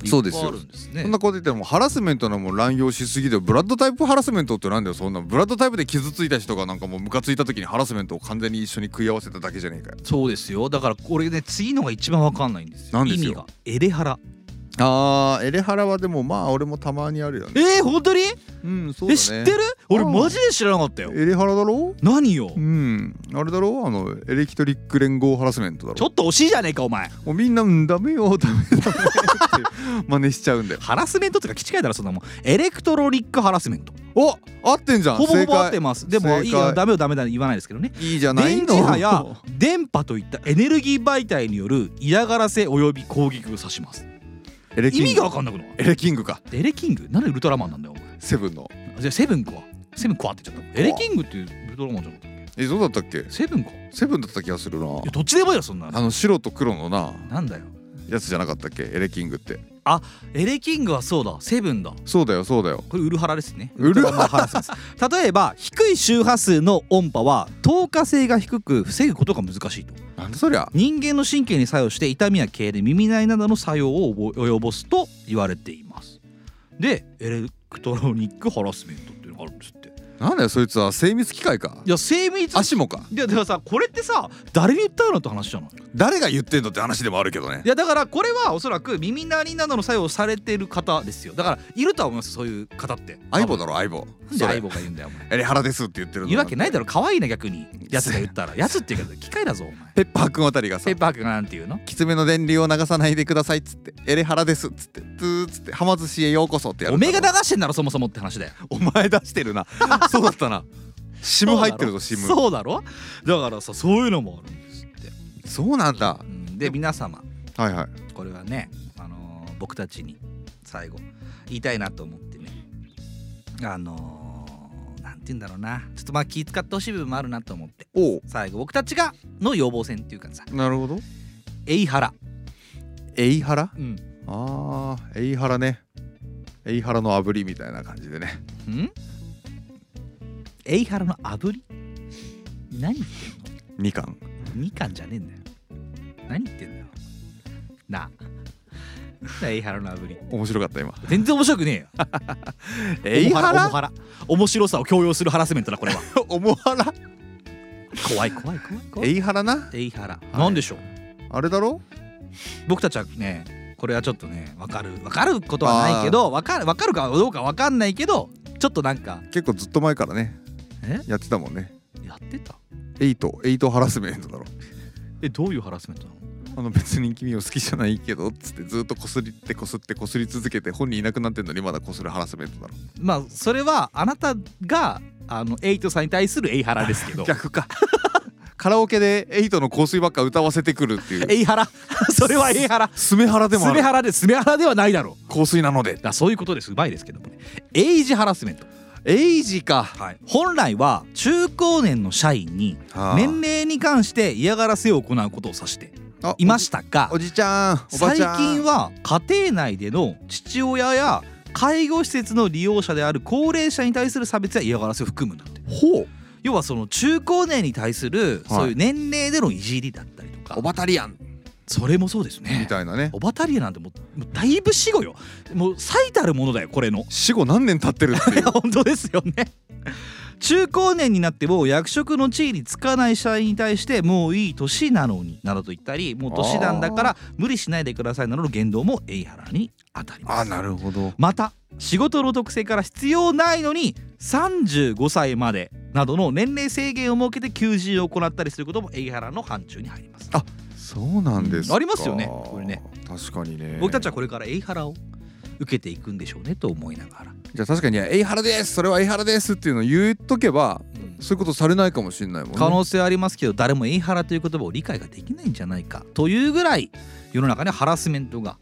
そうですよいっぱいあるんですねそんなこと言ってもハラスメントのもう乱用しすぎでブラッドタイプハラスメントってなんだよそんなブラッドタイプで傷ついた人がなんかもうムカついた時にハラスメントを完全に一緒に食い合わせただけじゃねえかよそうですよだからこれね次のが一番わかんないんですよ何ですよ意味がエレハラあーエレハラはでもまあ俺もたまにあるよねえー、本当にうんそうだねえ知ってる俺マジで知らなかったよエレハラだろ何ようんあれだろあのエレキトリック連合ハラスメントだろちょっと惜しいじゃねえかお前もうみんなうんダメよダメダメ って真似しちゃうんだよハラスメントとか気違いだろそんなもんエレクトロリックハラスメントお合ってんじゃんほぼほぼ合っ正て解ますでも正解いいよダメよダメだ言わないですけどねいいじゃない電の磁波や電波といったエネルギー媒体による嫌がらせおよび攻撃を指しますエレキ意ング味が分かんなくないエレキングかエレキングなんでウルトラマンなんだよお前セブンのあじゃあセブンかセブンかって言っちゃったエレキングっていうウルトラマンじゃなかっえそうだったっけたセブンかいセブンだった気がするなやどっちでもいいよそんなあのの白と黒のななんだよやつじゃなかったっけエレキングってエレキングはそうだセブンだそうだよそうだよこれウルハラですねウルハラウハラスです例えば低い周波数の音波は透過性が低く防ぐことが難しいと なんだそりゃ人間の神経に作用して痛みや痙攣耳鳴りなどの作用を及ぼ及ぼすと言われていますでエレクトロニックハラスメントっていうのがあるんですってなんだよそいつは精密機械かいや精密足もかいやでもさこれってさ誰に言ったよなって話じゃない誰が言ってんのって話でもあるけどねいやだからこれはおそらく耳鳴りなどの作用をされている方ですよだからいるとは思いますそういう方って相棒だろ相棒なんで相棒が言うんだよお前エレハラですって言ってるの言うわけないだろ可愛いな逆にやつが言ったらやつっていうか機械だぞお前ペッパーくんあたりがさペッパー君がなんて言うのきつめの電流を流さないでくださいっつってエレハラですっつってツーっつってはま寿司へようこそってやるおめえがだ流してんだろそもそもって話だよお前出してるな そうだったなシム入ってるぞシムそうそうだろだからさそういうのもあるんですってなんだうんで皆様はいはいこれはね、あのー僕たちに最後言いたいなと思ってねあのーなんて言うんだろうなちょっとまあ気遣ってほしい部分もあるなと思ってお最後僕たちがの予防線っていうかさおなるほど「エイハラエイハラ」うんあーエイハラねエイハラの炙りみたいな感じでねんエイハラの炙り何言ってんの2巻みかんじゃねえんだよ何言ってんだよなあエイハラの炙り面白かった 今全然面白くねえよエ イハおもラはら面白さを強要するハラスメントだこれはおもはら 怖い怖い怖い怖エいイハラなエイハラなんでしょうあれだろ僕たちはねこれはちょっとね分かる分かることはないけど分かる分かるかどうか分かんないけどちょっとなんか結構ずっと前からねえやってたもんねやってたエイトエイトハラスメントだろえどういうハラスメントなのあの別に君を好きじゃないけどっつってずっとこすりってこすってこすり続けて本人いなくなってんのにまだこするハラスメントだろまあそれはあなたがあのエイトさんに対するエイハラですけ ど逆かカラオケでエイトの香水ばっか歌わせてくるっていう エイハラ それはエイハラスメハラでもスあメるハラでスメハラではないだろう香水なのでだからそういうことですうまいですけどもねエイジハラスメントエイジか本来は中高年の社員にあー年齢に関して嫌がらせを行うことを指してあいましたがおじちゃんおば最ちゃん近は家庭内での父親や介護施設の利用者である高齢者に対する差別や嫌がらせを含むんだってほう要はその中高年に対するそういう年齢でのいじりだったりとか、おばたりアンそれもそうですみねたいなねオバタリアなんてもうもうだいぶ死後よもう最たるものだよこれの 死後何年経ってるってい いやう本当ですよね中高年になっても役職の地位につかない社員に対してもういい年なのになどと言ったりもう年なんだから無理しないでくださいなどの言動もエイハラに当たりまするほどまた仕事の特性から必要ないのに35歳までなどの年齢制限を設けて求人を行ったりすることもエイハラの範疇に入りますあそうなんですかありますよねこれね確かにね僕たちはこれからエイハラを受けていくんでしょうねと思いながら、じゃあ確かに「エイハラですそれはエイハラです」っていうのを言っとけばうんそういうことされないかもしれないもんね可能性ありますけど誰もエイハラという言葉を理解ができないんじゃないかというぐらい世の中にはハラスメントが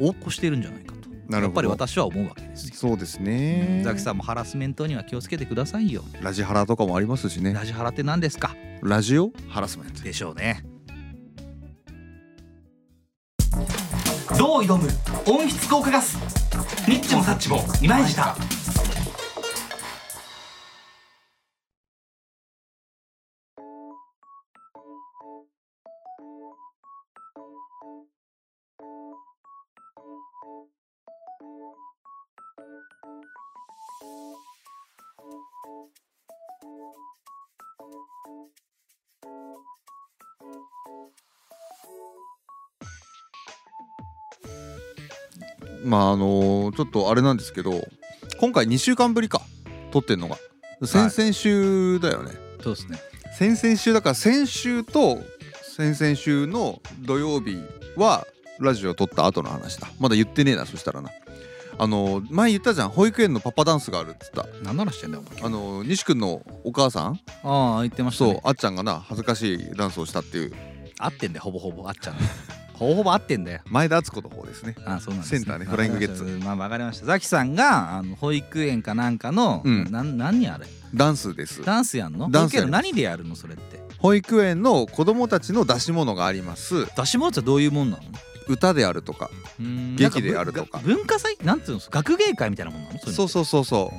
横行しているんじゃないかとなるやっほぱりど私は思うわけですよ。そうですうんねザキさんもハラスメントには気をつけてくださいよ。ラジハラとかもありますしねラジハラって何ですかラジオハラスメントでしょうね。どう挑む温室効果ガスニッチもサッチもイマイジだまああのちょっとあれなんですけど今回2週間ぶりか撮ってんのが先々週だよね、そうですね先々週だから先週と先々週の土曜日はラジオ撮った後の話だまだ言ってねえなそしたらなあの前言ったじゃん保育園のパパダンスがあるっつった何の話してんだよお前あの西君のお母さんああ言ってました、そうね、あっちゃんがな恥ずかしいダンスをしたっていう合ってんだよほぼほぼあっちゃんほぼほぼ合ってんだよ前田敦子の方ですね あそうなんでセす、ンターねフライングゲッツまあわかりましたザキさんがあの保育園かなんかの、うんなん何あれダンスですダンスやんのダ保ンス育やり園のま何でやるのそれって保育園の子供たちの出し物があります出し物ってどういうもんなの歌であるとかうーん劇でやるとかなんぶ文化祭なんていうの学芸会みたいなもんなのれってそうそうそうそ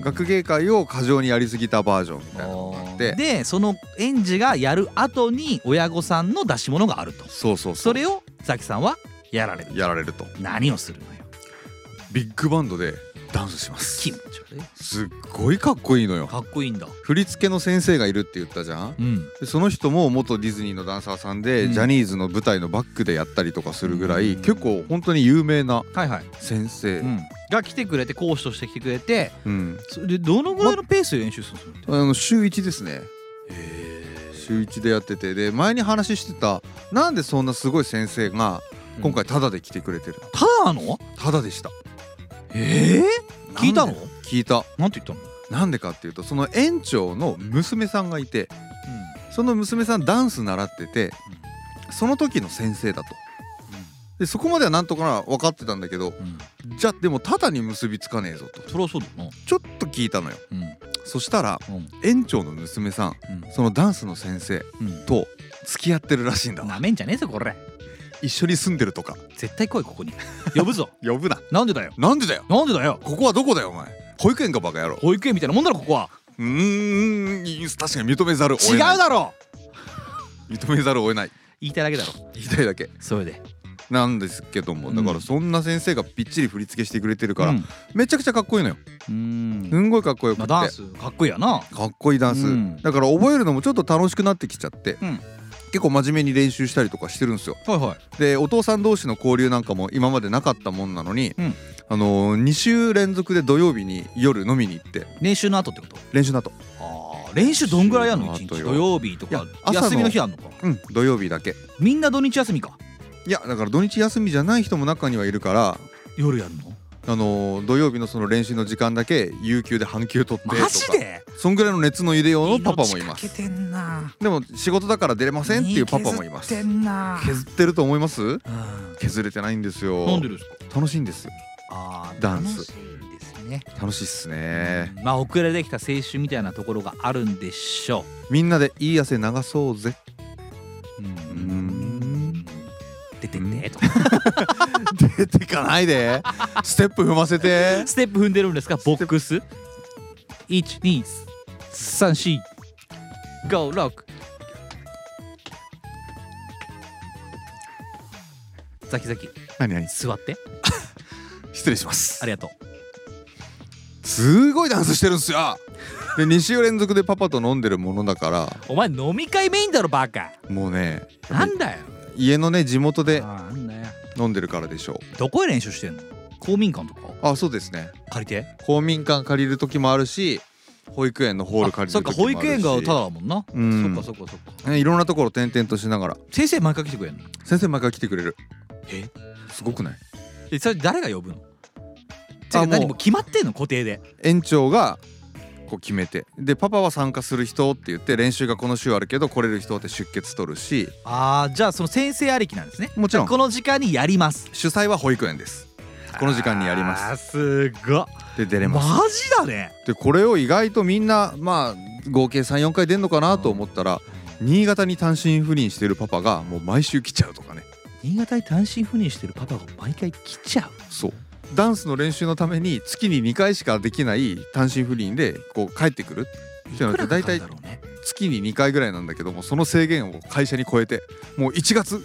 う学芸会を過剰にやりすぎたバージョンみたいなのがあってでその園児がやる後に親御さんの出し物があるそとうそうそうそれをザキさんはやられるやられると何をするのよビッグバンドでダンスします気持ち悪いすっごいかっこいいのよかっこいいんだ振り付けの先生がいるって言ったじゃんうんでその人も元ディズニーのダンサーさんで、うんジャニーズの舞台のバックでやったりとかするぐらい、うん結構本当に有名なはいはい、先生、うん、が来てくれて講師として来てくれてうんそれでどのぐらいのペースで練習するのあの週1ですね週1でやっててで前に話してたなんでそんなすごい先生が今回タダで来てくれてるの、ただのタダでしたええ聞いたなのんで聞いたなんて言ったのなんでかっていうとその園長の娘さんがいてその娘さんダンス習ってて、その時の先生だと、でそこまではなんとかな分かってたんだけどうん、うん、じゃあでもただに結びつかねえぞとそりゃそうだよなちょっと聞いたのようんそしたらうん園長の娘さんそのダンスの先生うんと付き合ってるらしいんだなわめんじゃねえぞこれ一緒に住んでるとか絶対来いこ こに呼ぶぞ呼ぶななんでだよなんでだよなんでだよここはどこだよお前保育園かバカ野郎保育園みたいなもんだろここはうーんいい確かに認めざるを違得うないだろ認めざるを得ない言いたいだけだろ言いたいだけそれでなんですけどもだかうらんそんな先生がびっちり振り付けしてくれてるから、うんめちゃくちゃかっこいいのようんすんごいかっこよくまてあダかンスかっこいいやなっこいいダンス、うんだから覚えるのもちょっと楽しくなってきちゃって、うん結構真面目に練習したりとかしてるんですよはいはいでお父さん同士の交流なんかも今までなかったもんなのに、うんあのー、2週連続で土曜日に夜飲みに行って練習の後ってこと練習の後ああ練習どんぐらいやんの一日週の後よ土曜日といやか朝の休みの日あんのかうん土曜日だけみんな土日休みかいやだから土日休みじゃない人も中にはいるから夜やるのあのー土曜日のその練習の時間だけ有給で半休取ってとかマジでそんぐらいの熱の入れようのパパもいます命かけてんなでも仕事だから出れませんっていうパパもいます身削ってんな削ってると思いますうん削れてないんですよなんでですか楽しいんですよあーダンス楽しいですね楽しいっすねまあ遅れてきた青春みたいなところがあるんでしょみんなでいい汗流そうぜ ううんん出てっうんてとか出てかないでステップ踏ませてステップ踏んでるんですかボックス12345 6ザキザキ何何座って失礼しますありがとうすごいダンスしてるんすよで2週連続でパパと飲んでるものだからお前飲み会メインだろバカもうねなんだよ家のね地元であなんだよ飲んでるからでしょうどこで練習してんの公民館とかあそうですね借りて公民館借りる時もあるし保育園のホール借りそっるか時もあ保るし育園がただだもんなうんそっかそっかそっかねいろんなところ転々としながら先生毎回来てくれんの先生毎回来てくれるえすごくないえそれ誰が呼ぶのああもう何もう決まってんの固定で園長がこう決めてでパパは参加する人って言って練習がこの週あるけど来れる人って出欠取るしああじゃあその先生ありきなんですねもちろんこの時間にやります主催は保育園ですこの時間にやりますすごっで出れマますジだねでこれを意外とみんなまあ合計34回出んのかなと思ったら新潟に単身赴任してるパパがもう毎週来ちゃうとかね新潟に単身赴任してるパパが毎回来ちゃうそうダンスの練習のために月に2回しかできない単身赴任でこう帰ってくるいじゃあくらかか大体るんだろうね月に2回ぐらいなんだけどもその制限を会社に超えてもう1月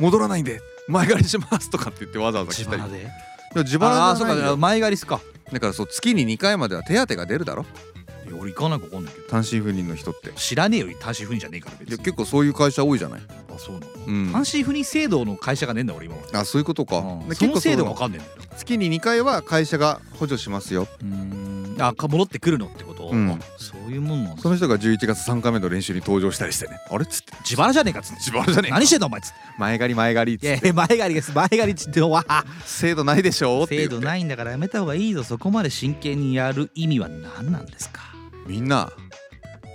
戻らないんで前借りしますとかって言ってわざわざ来自たり腹ででも自あ腹あーじそゃうないんだかよ前借りっすかだからそう月に2回までは手当が出るだろいや俺行かないか分かんないけど単身赴任の人ってい知らねえよ単身赴任じゃねえから別やに結構そういう会社多いじゃないああそうなのうん単身赴任制度の会社がねえんだ俺今まであそういうことか、うんでその制度がの分かんねえんだよ月に2回は会社が補助しますようんあか戻ってくるのってこと、うんあそういうもんなんだその人が11月3回目の練習に登場したりしてねあれっつって自腹じゃねえかっつって自腹じゃねえか何してんだお前っつって前借り前借りっいつやっいてや前借りです前借りっつってわあ制度ないでしょって言制って度ないんだからやめた方がいいぞそこまで真剣にやる意味は何なんですかみんな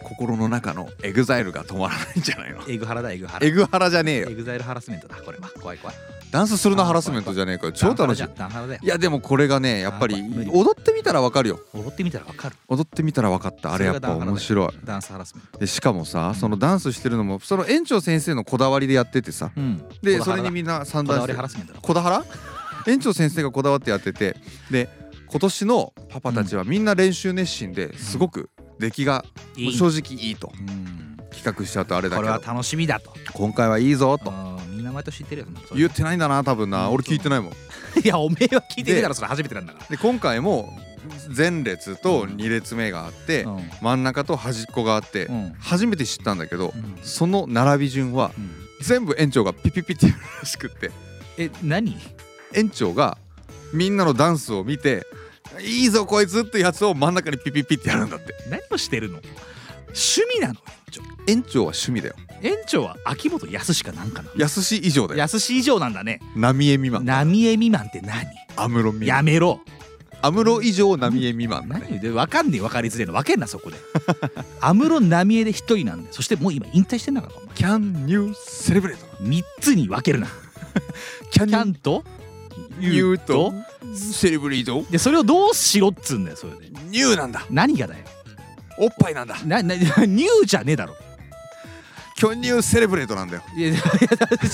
心の中のエグザイルが止まらないんじゃないのエグハラだエグハラエグハラじゃねえよエグザイルハラスメントだこれは怖い怖いダンスするのハラスメントじゃねえかよ超楽しいダンハラだよいやでもこれがねやっぱりあ無理踊ってみたらわかるよ踊ってみたらわかる踊ってみたらわかったあれやっぱ面白いダンスハラスメントでしかもさそのダンスしてるのもその園長先生のこだわりでやっててさうんでこだそわれりだにみんな三こ段だわしりてハラスメントだこだわら園長先生がこだわってやっててで今年のパパたちはみんな練習熱心ですごく出来がいい正直いいとうん企画しちゃうとあれだこけれはど楽しみだと今回はいいぞとあーみんな毎年言ってるよそれ言ってないんだな多分なうん俺聞いてないもんいやおめえは聞いてねえだろそれ初めてなんだかで今回も前列と2列目があってらうん真ん中と端っこがあってうん初めて知ったんだけどうんその並び順はうん全部園長がピピピってやるらしくってえ何園長がみんなのダンスを見て「いいぞこいつ」ってやつを真ん中にピピピってやるんだって何をしてるの趣味なの園長は趣味だよ園長は秋元康しかなんかな安し以上だよ康以上なんだね浪江未満浪江未満って何安室未や満めろ安室以上浪江未満だね何で分かんねえ分かりづれえの分けんなそこで 安室浪江で一人なんでそしてもう今引退してんだからお前 Can you celebrate? 三つに分けるな Can キャンと you ユとと celebrate? でそれをどうしろっつうんだよそれで New なんだ何がだよおっぱいなんだな なニューじゃねえだろ Can you celebrate? なんだよいやいや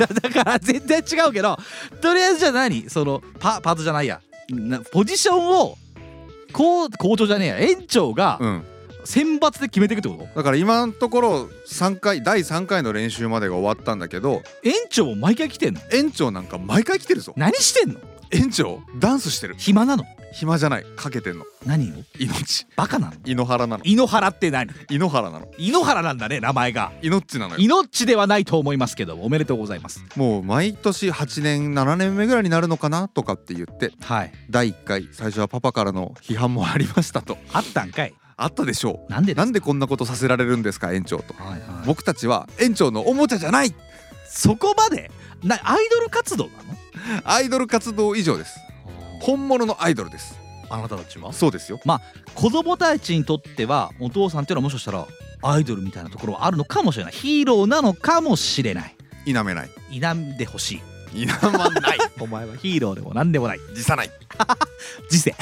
だだから全然違うけどとりあえずじゃあ何そのパパートじゃないやなポジションをこう校長じゃねえや園長がうん選抜で決めていくってこと、だから今のところ3回第3回の練習までが終わったんだけど園長も毎回来てんの園長なんか毎回来てるぞ何してんの園長ダンスしてる暇なの暇じゃないかけてんの何を命バカなの井ノ原なの井ノ原って何井ノ原なの井ノ原なんだね名前がイノッチなのよ命ではないと思いますけどもおめでとうございますもう毎年8年7年目ぐらいになるのかなとかって言ってはい第1回最初はパパからの批判もありましたとあったんかいあったでしょなんでうだなんでこんなことさせられるんですか園長とはいはい、僕たちは園長のおもちゃじゃないそこまでなアイドル活動なのアイドル活動以上です本物のアイドルですあなたたちはそうですよ子供たちにとってはお父さんっていうのはもしかしたらアイドルみたいなところはあるのかもしれないヒーローなのかもしれない否めない否んでほしい否 まないお前はヒーローでも何でもない辞さない 時世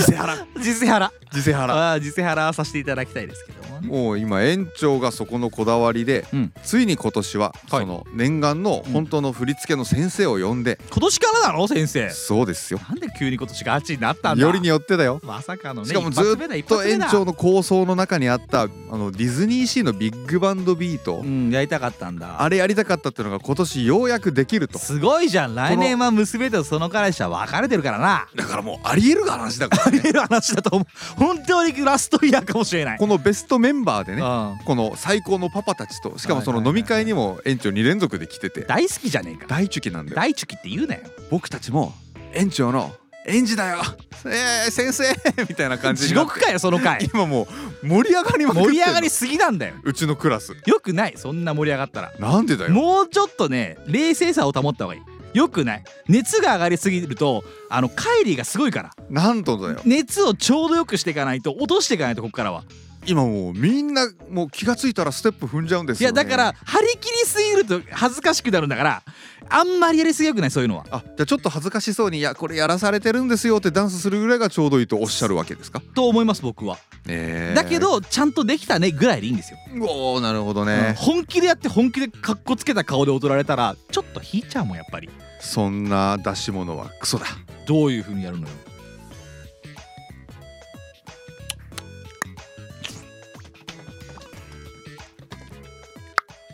辞世腹 時世腹辞世腹ああ時世腹させていただきたいですけどもねもう今園長がそこのこだわりで、うんついに今年ははいその念願の本当の振り付けの先生を呼んで、今年からなの先生そうですよなんで急に今年が8になったんだよりによってだよまさかのねしかもず一発目だっ一と発目園だ長の構想の中にあったあのディズニーシーのビッグバンドビート、うんやりたかったんだあれやりたかったっていうのが今年ようやくできるとすごいじゃん来年は娘とその彼氏は別れてるか らなだからもうありえる話だからっていう話だと思う本当にラストイヤーかもしれな いこのベストメンバーでうねんこの最高のパパたちとしかもそはいのはい飲はいみ会にも園長2連続で来てて大好きじゃねえか大チュキなんだよ大チュキって言うなよ僕たちも園長の園児だよえー、先生 みたいな感じ地になって獄かよその 回今もう盛り上がりまくって盛んりの上がりすぎなんだようちのクラスよくないそんな盛り上がったらなんでだよもうちょっとね冷静さを保った方がいいよくない熱が上がりすぎるとあの帰りがすごいからなんとだよ熱をちょうどよくしていかないと落としていかないとここからは今もうみんなもう気がついたらステップ踏んじゃうんですいよ、やね、だから張り切りすぎると恥ずかしくなるんだからあんまりやりすぎよくないそういうのはあじゃあちょっと恥ずかしそうに「いやこれやらされてるんですよ」ってダンスするぐらいがちょうどいいとおっしゃるわけですかと思います僕は、ええだけどちゃんとできたねぐらいでいいんですよ、おおなるほどうんね、本気でやって本気でかっこつけた顔で踊られたらちょっと引いちゃうもんやっぱりそんな出し物はクソだどういうふうにやるのよ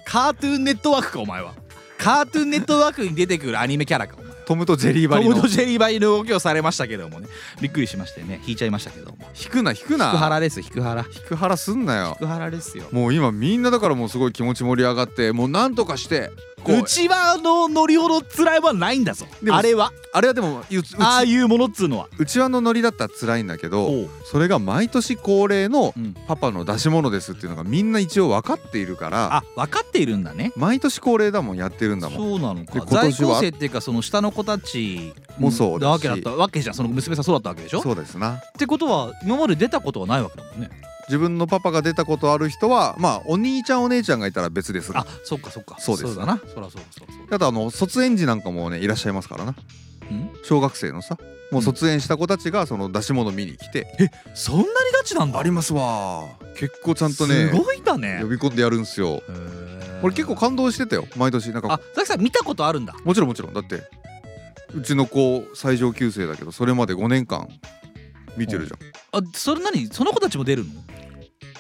カートゥーンネットワークかお前はカートゥーンネットワークに出てくるアニメキャラかお前はトムとジェリーバトリのムと引ジェリーバイの動きをされましたけどもねびっくりしましてね引いちゃいましたけどもくな引く菊な原です菊原引く腹すんなよ菊原ですよもう今みんなだからもうすごい気持ち盛り上がってもうなんとかしてこううちはの乗りほど辛いものはないんだぞでもあれはあれはでもううちああいうものっつうのはうちわのノリだったら辛いんだけどおうそれが毎年恒例のうんパパの出し物ですっていうのがみんな一応分かっているからあ分かっているんだね毎年恒例だもんやってるんだもんそうなので今か年は在校生っていうかその下の子たちもそうだしなわけだったわけじゃんその娘さんそうだったわけでしょっそうですなてことは今まで出たことはないわけだもんね自分のパパが出たことある人はまあお兄ちゃんお姉ちゃんがいたら別ですあがそっかそっかそうですだなそらそうだそうだそうあとあの卒園児なんかもねいらっしゃいますからなだん小学生のさもう卒園した子たちがその出し物見に来てそんなにガチなんだありますわー結構ちゃんとねすごいだね呼び込んでやるんすよへー俺結構感動してたよ毎年なんかあザキさん見たことあるんだもちろんもちろんだってうちの子最上級生だけどそれまで5年間見てるじゃん、あそれ何その子たちも出るの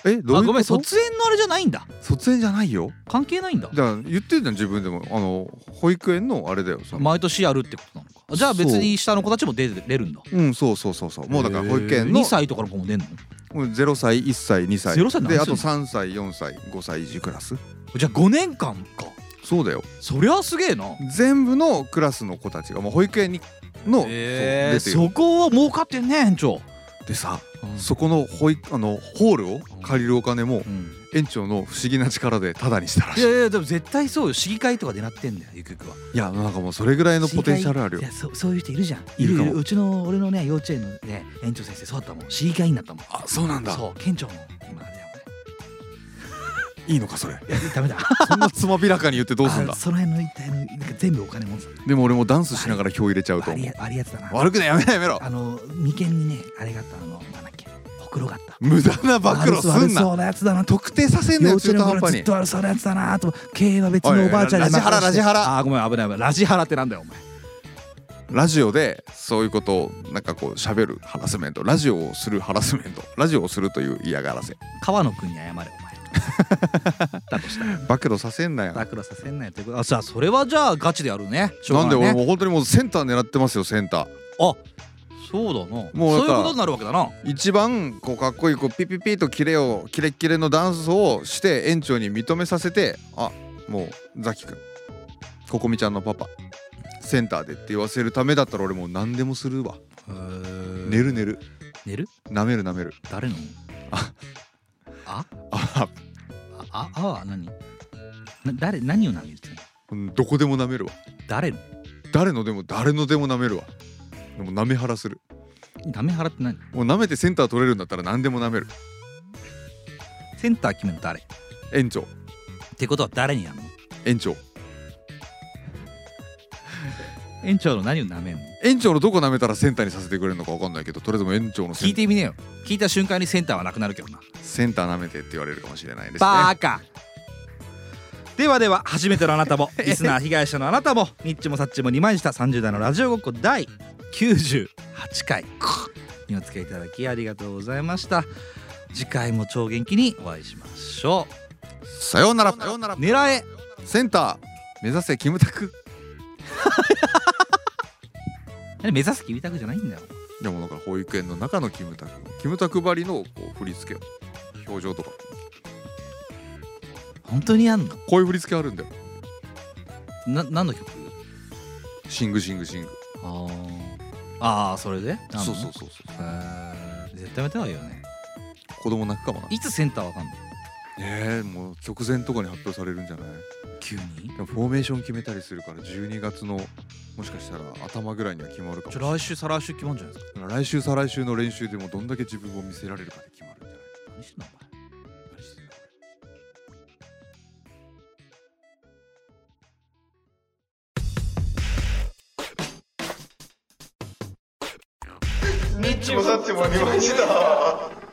えどういうことあごめん卒園のあれじゃないんだ卒園じゃないよ関係ないんだだから言ってるじゃん自分でもあの保育園のあれだよさ、毎年やるってことなのかあじゃあ別に下の子たちも出て出るんだうんそうそうそうそうもうだから保育園の2歳とかの子も出んのうん0歳1歳2歳0歳何であすとる3歳4歳5歳児クラスじゃあ5年間かそうだよそりゃすげえな全部のクラスの子たちがもう保育園にの、えー、そう出てるそこは儲かってんね園長でさうんそこの保育あのホールを借りるお金もうん園長の不思議な力でタダにしたらしいいやいやでも絶対そうよ市議会とかでなってんだよゆくゆくはいやなんかもうそれぐらいのポテンシャルあるよいやそうそういう人いるじゃんいるかもうちの俺のね幼稚園のね園長先生そうだったもん市議会員だったもんあそうなんだそう県庁の今あれだよいいのかそれ俺いや ダメだそんなつまびらかに言ってどうすんだあその辺の一体のなんか全部お金持つでも俺もダンスしながら票入れちゃうとあ思りうやありやつだな悪くないやめないやめろあの眉間にねあれがあったあのなんだっけほくろがあった無駄な暴露す悪んそなうなやつだなと特定させんな幼よ中稚途園の半頃端ずっにと悪そうなやつだなと経営は別のおばあちゃんにおいおいラジハララジハラあーごめん危ない危ないラジハラってなんだよお前ラジオでそういうことをなんかこう喋るハラスメントラジオをするハラスメントラジオをするという嫌がらせ川野君に謝れお前だとしたら暴露させんなよ暴露させんなよってことあさあそれはじゃあガチでやるねしょうなんでがい俺ねも本当にもうセンター狙ってますよセンターあそうだなもうそだういからうことになるわけだな一番こうかっこいいこうピピピとキレをキレッキレのダンスをして園長に認めさせてあもうザキ君ここみちゃんのパパセンターでって言わせるためだったら俺もう何でもするわ寝る寝る寝るなめるなめる誰のあああああは何な誰何を舐めるって言うのうんどこでもなめるわ誰の誰のでも誰のでもなめるわでもなめはらするダメ払って何もうなめてセンター取れるんだったら何でもなめるセンター決めるの誰っ園長てことは誰にやるの園長園長の何を舐めるの園長のどこなめたらセンターにさせてくれるのか分かんないけどとりあえずもう園長のセ聞いンてみねよ聞いた瞬間にセンターはなくなるけどなセンターなめてって言われるかもしれないですねバーカではでは初めてのあな たもリスナー被害者のあなたもニッチもサッチも2枚した30代のラジオごっこ第98回にお付き合いいただきありがとうございました次回も超元気にお会いしましょさようならさようならう狙えセンター目指せキムタク何目指す君たくじゃないんだよでもなんか保育園の中のキムタクキムタクばりのこう振り付け表情とか本当にやんのこういう振り付けあるんだよな何の曲シングシングシングあーあーそれでなのそうそうそうそうへー絶対やめた方がいいよね子供泣くかもなねいつセンターわかんのえもう直前とかに発表されるんじゃない急にでもフォーメーション決めたりするから12月のもしかしたら頭ぐらいには決まるかもしじれないゃあ来週再来週決まんじゃないですか来週再来週の練習でもどんだけ自分を見せられるかで決まるんじゃない何してんだお前何してんだニッチもサッチもありました。